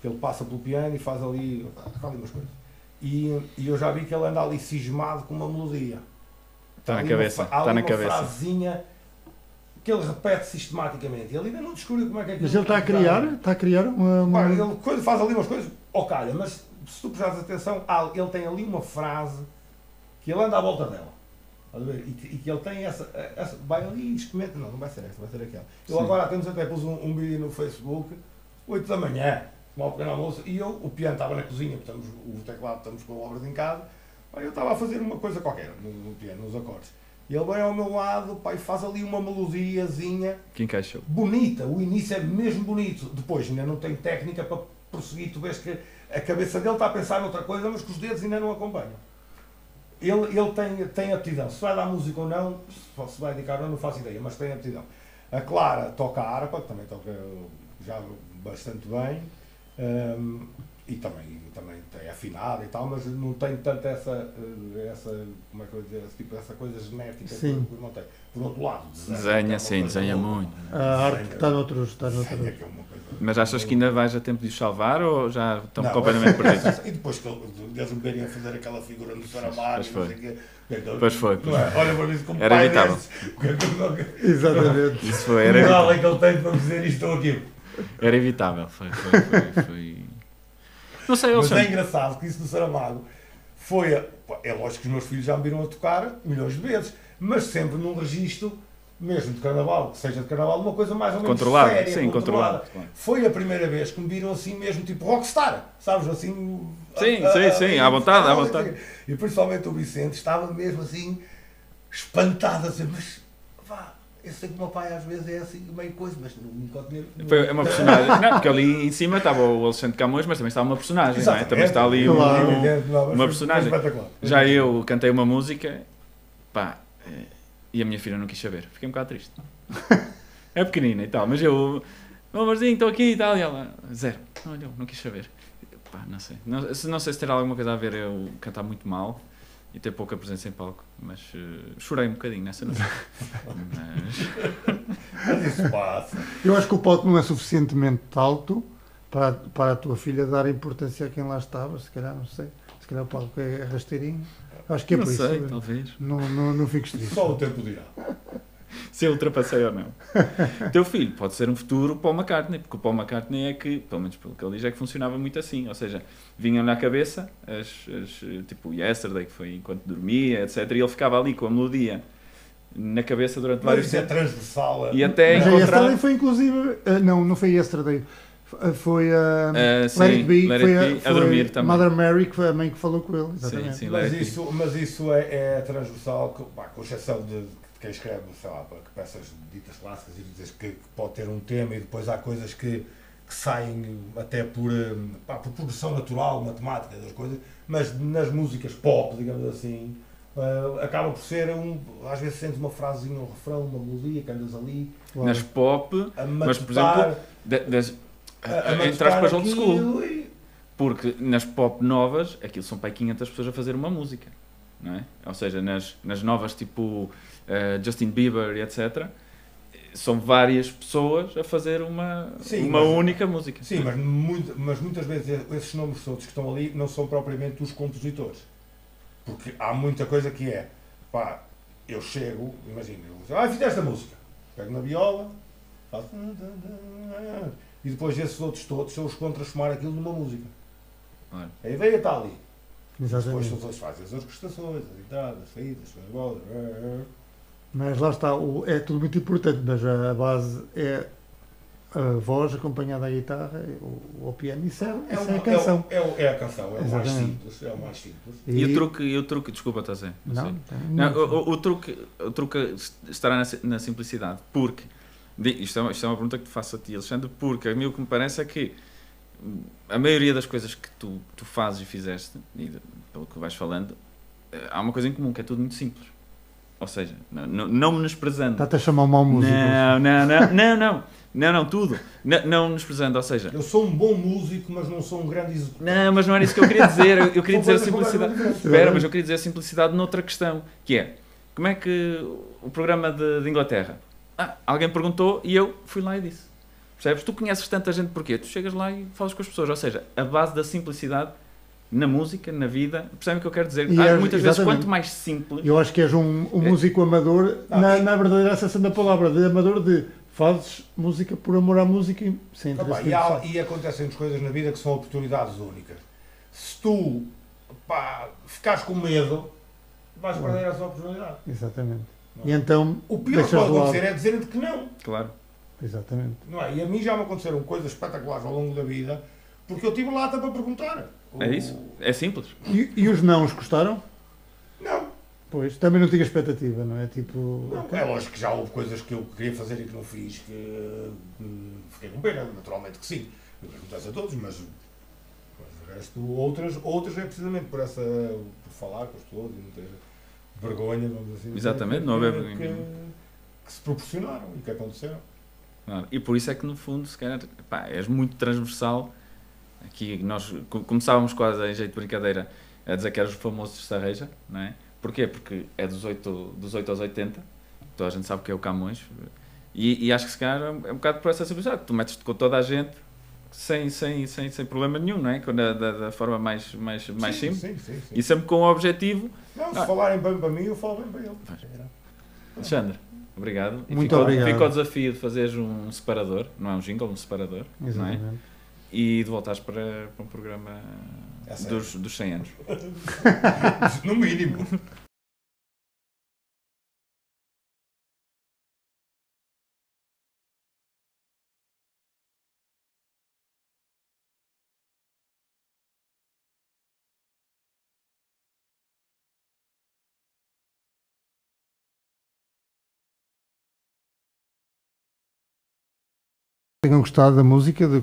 [SPEAKER 2] que ele passa pelo piano e faz ali, faz ali umas coisas. E, e eu já vi que ele anda ali cismado com uma melodia.
[SPEAKER 4] Está Tá na
[SPEAKER 2] ali
[SPEAKER 4] cabeça.
[SPEAKER 2] Uma, fra- há
[SPEAKER 4] Está
[SPEAKER 2] ali
[SPEAKER 4] na
[SPEAKER 2] uma
[SPEAKER 4] cabeça.
[SPEAKER 2] frasezinha que ele repete sistematicamente. Ele ainda não descobriu como é que é
[SPEAKER 3] Mas
[SPEAKER 2] aquilo
[SPEAKER 3] ele está a
[SPEAKER 2] está.
[SPEAKER 3] criar, está a criar uma... uma-
[SPEAKER 2] Pá, ele quando faz ali umas coisas, ó calha, mas se tu prestares atenção, há- ele tem ali uma frase que ele anda à volta dela. Estás a ver? E, que, e que ele tem essa, essa- Vai ali e experimenta. Não, não vai ser essa, vai ser aquela. Eu
[SPEAKER 4] Sim.
[SPEAKER 2] agora há tempos até pus um, um vídeo no Facebook, 8 da manhã, mal pequeno almoço, e eu, o piano estava na cozinha, estamos, o teclado estamos com obras em casa, pá, eu estava a fazer uma coisa qualquer no, no piano, nos acordes. E ele vem ao meu lado, pá, e faz ali uma melodiazinha
[SPEAKER 4] Que encaixou.
[SPEAKER 2] bonita, o início é mesmo bonito. Depois ainda não tem técnica para prosseguir, tu vês que a cabeça dele está a pensar noutra coisa, mas que os dedos ainda não acompanham. Ele, ele tem, tem aptidão. Se vai dar música ou não, se vai dedicar ou não, não faço ideia, mas tem aptidão. A Clara toca a harpa, que também toca já bastante bem, hum, e também, também é afinada e tal, mas não tem tanto essa, eh, essa, como é que eu ia dizer, esse tipo, essa coisa genética
[SPEAKER 3] Sim.
[SPEAKER 2] que o irmão tem. Por outro lado, desenha. que é
[SPEAKER 4] Desenha,
[SPEAKER 2] uma
[SPEAKER 4] sim,
[SPEAKER 2] coisa
[SPEAKER 4] desenha
[SPEAKER 2] louca.
[SPEAKER 4] muito.
[SPEAKER 3] A arte está noutros, está
[SPEAKER 2] Sim, é
[SPEAKER 3] noutros.
[SPEAKER 2] que é uma coisa-
[SPEAKER 4] Mas achas que ainda vais a tempo de os salvar ou já estão
[SPEAKER 2] Não, <laughs>
[SPEAKER 4] completamente perdidos?
[SPEAKER 2] E depois que eles me verem a fazer aquela figura no Saramago,
[SPEAKER 4] Pois
[SPEAKER 2] não
[SPEAKER 4] foi.
[SPEAKER 2] sei o quê. Então,
[SPEAKER 4] Pois foi, pois
[SPEAKER 2] não é? Olha para mim como
[SPEAKER 4] Era
[SPEAKER 2] pai
[SPEAKER 4] evitável.
[SPEAKER 2] <laughs> desses, o que é que eu-
[SPEAKER 3] Exatamente.
[SPEAKER 4] Isso foi,
[SPEAKER 2] Que moral
[SPEAKER 4] era,
[SPEAKER 2] é que ele tem para me dizer isto ou aquilo?
[SPEAKER 4] era evitável. Foi, foi,
[SPEAKER 2] <laughs>
[SPEAKER 4] foi, foi. Não sei,
[SPEAKER 2] Mas é
[SPEAKER 4] Alexandre.
[SPEAKER 2] engraçado que isso do Saramago foi. a- pá, É lógico que os meus filhos já me viram a tocar milhões de vezes, mas sempre num registro, mesmo de carnaval, que seja de carnaval, uma coisa mais ou menos
[SPEAKER 4] Controlado,
[SPEAKER 2] séria,
[SPEAKER 4] sim,
[SPEAKER 2] controlada.
[SPEAKER 4] controlado, claro.
[SPEAKER 2] Foi a primeira vez que me viram assim mesmo, tipo rockstar, sabes? Assim.
[SPEAKER 4] Sim, sim, sim, à vontade, à vontade.
[SPEAKER 2] E principalmente o Vicente estava mesmo assim, espantado, a dizer, mas vá. Eu sei que o meu pai às vezes é assim meio coisa, mas nunca o tinha.
[SPEAKER 4] Foi uma personagem. Não, porque ali em cima estava o Alexandre Camões, mas também estava uma personagem, não é?
[SPEAKER 2] Exatamente.
[SPEAKER 4] Também está ali um-
[SPEAKER 3] Claro.
[SPEAKER 4] um-
[SPEAKER 2] Claro.
[SPEAKER 4] uma personagem.
[SPEAKER 2] Foi espetacular.
[SPEAKER 4] Já eu cantei uma música, pá, eh, e a minha filha não quis saber. Fiquei um bocado triste. <laughs> É pequenina e tal, mas eu, meu amorzinho, estou aqui e tal, e ela, zero. Não olhou, não quis saber. Pá, não sei. Não, se- não sei se terá alguma coisa a ver eu cantar muito mal e ter pouca presença em palco, mas eh, chorei um bocadinho
[SPEAKER 3] <laughs>
[SPEAKER 4] nessa noite. mas,
[SPEAKER 2] Mas isso passa.
[SPEAKER 3] Eu acho que o palco não é suficientemente alto para, para a tua filha dar importância a quem lá estava, se calhar, não sei. Se calhar o palco é rasteirinho. Acho que é
[SPEAKER 4] não
[SPEAKER 3] por isso.
[SPEAKER 4] sei, talvez.
[SPEAKER 3] Não, não, não fiques triste.
[SPEAKER 2] Só o tempo dirá.
[SPEAKER 4] se eu ultrapassei
[SPEAKER 2] <laughs>
[SPEAKER 4] ou não. Teu filho pode ser um futuro Paul McCartney, porque o Paul McCartney é que, pelo menos pelo que ele diz, é que funcionava muito assim. Ou seja, vinham na cabeça, as, as, eh, tipo Yesterday, que foi enquanto dormia, etc. E ele ficava ali com a melodia na cabeça durante
[SPEAKER 2] Mas
[SPEAKER 4] vários
[SPEAKER 2] isso é
[SPEAKER 4] tempos.
[SPEAKER 2] transversal. a-
[SPEAKER 4] E até
[SPEAKER 3] Mas a Yesterday
[SPEAKER 4] é encontrar.
[SPEAKER 3] foi inclusive. eh, Não, não foi Yesterday. F- Foi a.
[SPEAKER 4] Ah, sim,
[SPEAKER 3] Let It Be.
[SPEAKER 4] Let
[SPEAKER 3] foi
[SPEAKER 4] It Be, a
[SPEAKER 3] foi
[SPEAKER 4] dormir também.
[SPEAKER 3] Mother Mary, que foi a mãe que falou com ele.
[SPEAKER 4] Sim,
[SPEAKER 3] Exatamente.
[SPEAKER 4] sim,
[SPEAKER 2] mas,
[SPEAKER 4] Larry King.
[SPEAKER 2] isso, mas isso é, é transversal, que, pá, com exceção de, de quem escreve, sei lá, pá, que peças ditas clássicas e dizes que, que pode ter um tema e depois há coisas que, que saem até por, hum, pá, por progressão natural, matemática, das coisas, mas nas músicas pop, digamos assim, eh, acaba por ser um. Às vezes sentes uma frasezinha, um refrão, uma melodia que andas ali
[SPEAKER 4] Nas pop,
[SPEAKER 2] a
[SPEAKER 4] mas por
[SPEAKER 2] matutar.
[SPEAKER 4] exemplo, da- das,
[SPEAKER 2] a- a
[SPEAKER 4] entre aspas um
[SPEAKER 2] matutar
[SPEAKER 4] old school.
[SPEAKER 2] aquilo e-
[SPEAKER 4] Porque nas pop novas, aquilo são para aí 500 pessoas a fazer uma música, não é? Ou seja, nas, nas novas tipo eh, Justin Bieber e etc., são várias pessoas a fazer uma,
[SPEAKER 2] Sim,
[SPEAKER 4] uma
[SPEAKER 2] mas-
[SPEAKER 4] única música.
[SPEAKER 2] Sim, mas, muito- mas muitas vezes esses nomes todos que estão ali não são propriamente os compositores. Porque há muita coisa que é, pá, eu chego, imagina, eu vou, ah, fizeste a música, pego na viola, faço, e depois esses outros todos são os que vão transformar aquilo numa música.
[SPEAKER 4] Claro.
[SPEAKER 2] A ideia está ali. Depois
[SPEAKER 3] Exatamente.
[SPEAKER 2] são eles que fazem as orquestrações, as entradas, as saídas, as bolas.
[SPEAKER 3] Mas lá está, o- é tudo muito importante, mas a base é a voz acompanhada à guitarra ou ao piano. Isso é,
[SPEAKER 2] É,
[SPEAKER 3] isso
[SPEAKER 2] uma-
[SPEAKER 3] é
[SPEAKER 2] é,
[SPEAKER 3] a canção.
[SPEAKER 2] o- é, o- é a canção, é o mais
[SPEAKER 3] Exatamente.
[SPEAKER 2] simples, é o mais simples.
[SPEAKER 4] E o truque, e o truque desculpa, estás a
[SPEAKER 3] Não, tem-
[SPEAKER 4] Não, o, o- o truque, o truque est- estará na, si- na simplicidade, porque di- isto é, uma, isto é uma pergunta que te faço a ti, Alexandre, porque a mim o que me parece é que hum, a maioria das coisas que tu, tu fazes e fizeste, e de- pelo que vais falando, eh, há uma coisa em comum, que é tudo muito simples. Ou seja, não, não, não menosprezando.
[SPEAKER 3] Está-te a chamar mau músico.
[SPEAKER 4] Não, não, não, não, não, não, não, tudo. Não, não menosprezando, ou seja,
[SPEAKER 2] Eu sou um bom músico, mas não sou um grande executor.
[SPEAKER 4] não, mas não era isso que eu queria dizer. Eu, eu queria
[SPEAKER 2] São
[SPEAKER 4] dizer
[SPEAKER 2] coisas
[SPEAKER 4] a simplicidade.
[SPEAKER 2] completamente
[SPEAKER 4] Espera, mas eu queria dizer a simplicidade noutra questão, que é como é que o programa de, de Inglaterra? Ah, alguém perguntou e eu fui lá e disse. Percebes? Tu conheces tanta gente porquê? Tu chegas lá e falas com as pessoas. Ou seja, a base da simplicidade na música, na vida, percebem o que eu quero dizer?
[SPEAKER 3] E
[SPEAKER 4] Há
[SPEAKER 3] é-
[SPEAKER 4] muitas vezes,
[SPEAKER 3] exatamente.
[SPEAKER 4] quanto mais simples,
[SPEAKER 3] Eu acho que és um,
[SPEAKER 2] É-
[SPEAKER 3] um músico amador,
[SPEAKER 2] Ah.
[SPEAKER 3] na, na verdadeira acessão da palavra, de amador de fazes música por amor à música e sem
[SPEAKER 2] Tá
[SPEAKER 3] interesse.
[SPEAKER 2] bem, e, há- e acontecem-nos coisas na vida que são oportunidades únicas. Se tu pá, ficares com medo, vais
[SPEAKER 3] Hum.
[SPEAKER 2] perder essa oportunidade.
[SPEAKER 3] Exatamente. E então
[SPEAKER 2] O pior que
[SPEAKER 3] deixas
[SPEAKER 2] pode
[SPEAKER 3] de lado.
[SPEAKER 2] acontecer é dizer-te que não.
[SPEAKER 4] claro.
[SPEAKER 3] Exatamente.
[SPEAKER 2] não é? E a mim já me aconteceram coisas espetaculares ao longo da vida, porque eu tive lata para perguntar.
[SPEAKER 4] É isso? É simples.
[SPEAKER 3] E, e os não os gostaram?
[SPEAKER 2] Não,
[SPEAKER 3] Pois, também não tinha expectativa, não é? Tipo,
[SPEAKER 2] não. É lógico que já houve coisas que eu queria fazer e que não fiz, que hum, fiquei com pena, naturalmente que sim. Acontece a todos, mas, mas o resto, outras, outras é precisamente por essa. por falar com as pessoas e não ter vergonha, vamos assim. dizer,
[SPEAKER 4] Exatamente,
[SPEAKER 2] que-
[SPEAKER 4] não haver
[SPEAKER 2] que-
[SPEAKER 4] vergonha
[SPEAKER 2] que se proporcionaram e que aconteceram.
[SPEAKER 4] Claro. E por isso é que, no fundo, se calhar, pá, és muito transversal. Aqui nós co- começávamos quase em jeito de brincadeira a dizer que eras o famoso de Sarreja, não é? Porquê? Porque é dos 8, dos 8 aos 80, toda a gente sabe que é o Camões, e, e acho que se calhar é um é um bocado por essa simplicidade. Tu metes-te com toda a gente sem, sem, sem, sem problema nenhum, não é? Com- Da, da, da forma mais, mais, mais
[SPEAKER 2] sim,
[SPEAKER 4] simples.
[SPEAKER 2] sim, sim, sim.
[SPEAKER 4] E sempre com o objetivo.
[SPEAKER 2] Não, se
[SPEAKER 4] Ah.
[SPEAKER 2] falarem bem para mim, eu falo bem para
[SPEAKER 4] <laughs>
[SPEAKER 2] ele.
[SPEAKER 4] Alexandre, obrigado. E
[SPEAKER 3] Muito
[SPEAKER 4] fica, o-
[SPEAKER 3] obrigado.
[SPEAKER 4] Fica o desafio de fazeres um separador, não é um jingle, um separador, não é?
[SPEAKER 3] exatamente.
[SPEAKER 4] e de voltares para, para um programa
[SPEAKER 2] É sério.
[SPEAKER 4] dos, dos 100 anos.
[SPEAKER 2] No mínimo.
[SPEAKER 3] Tenham gostado da música, de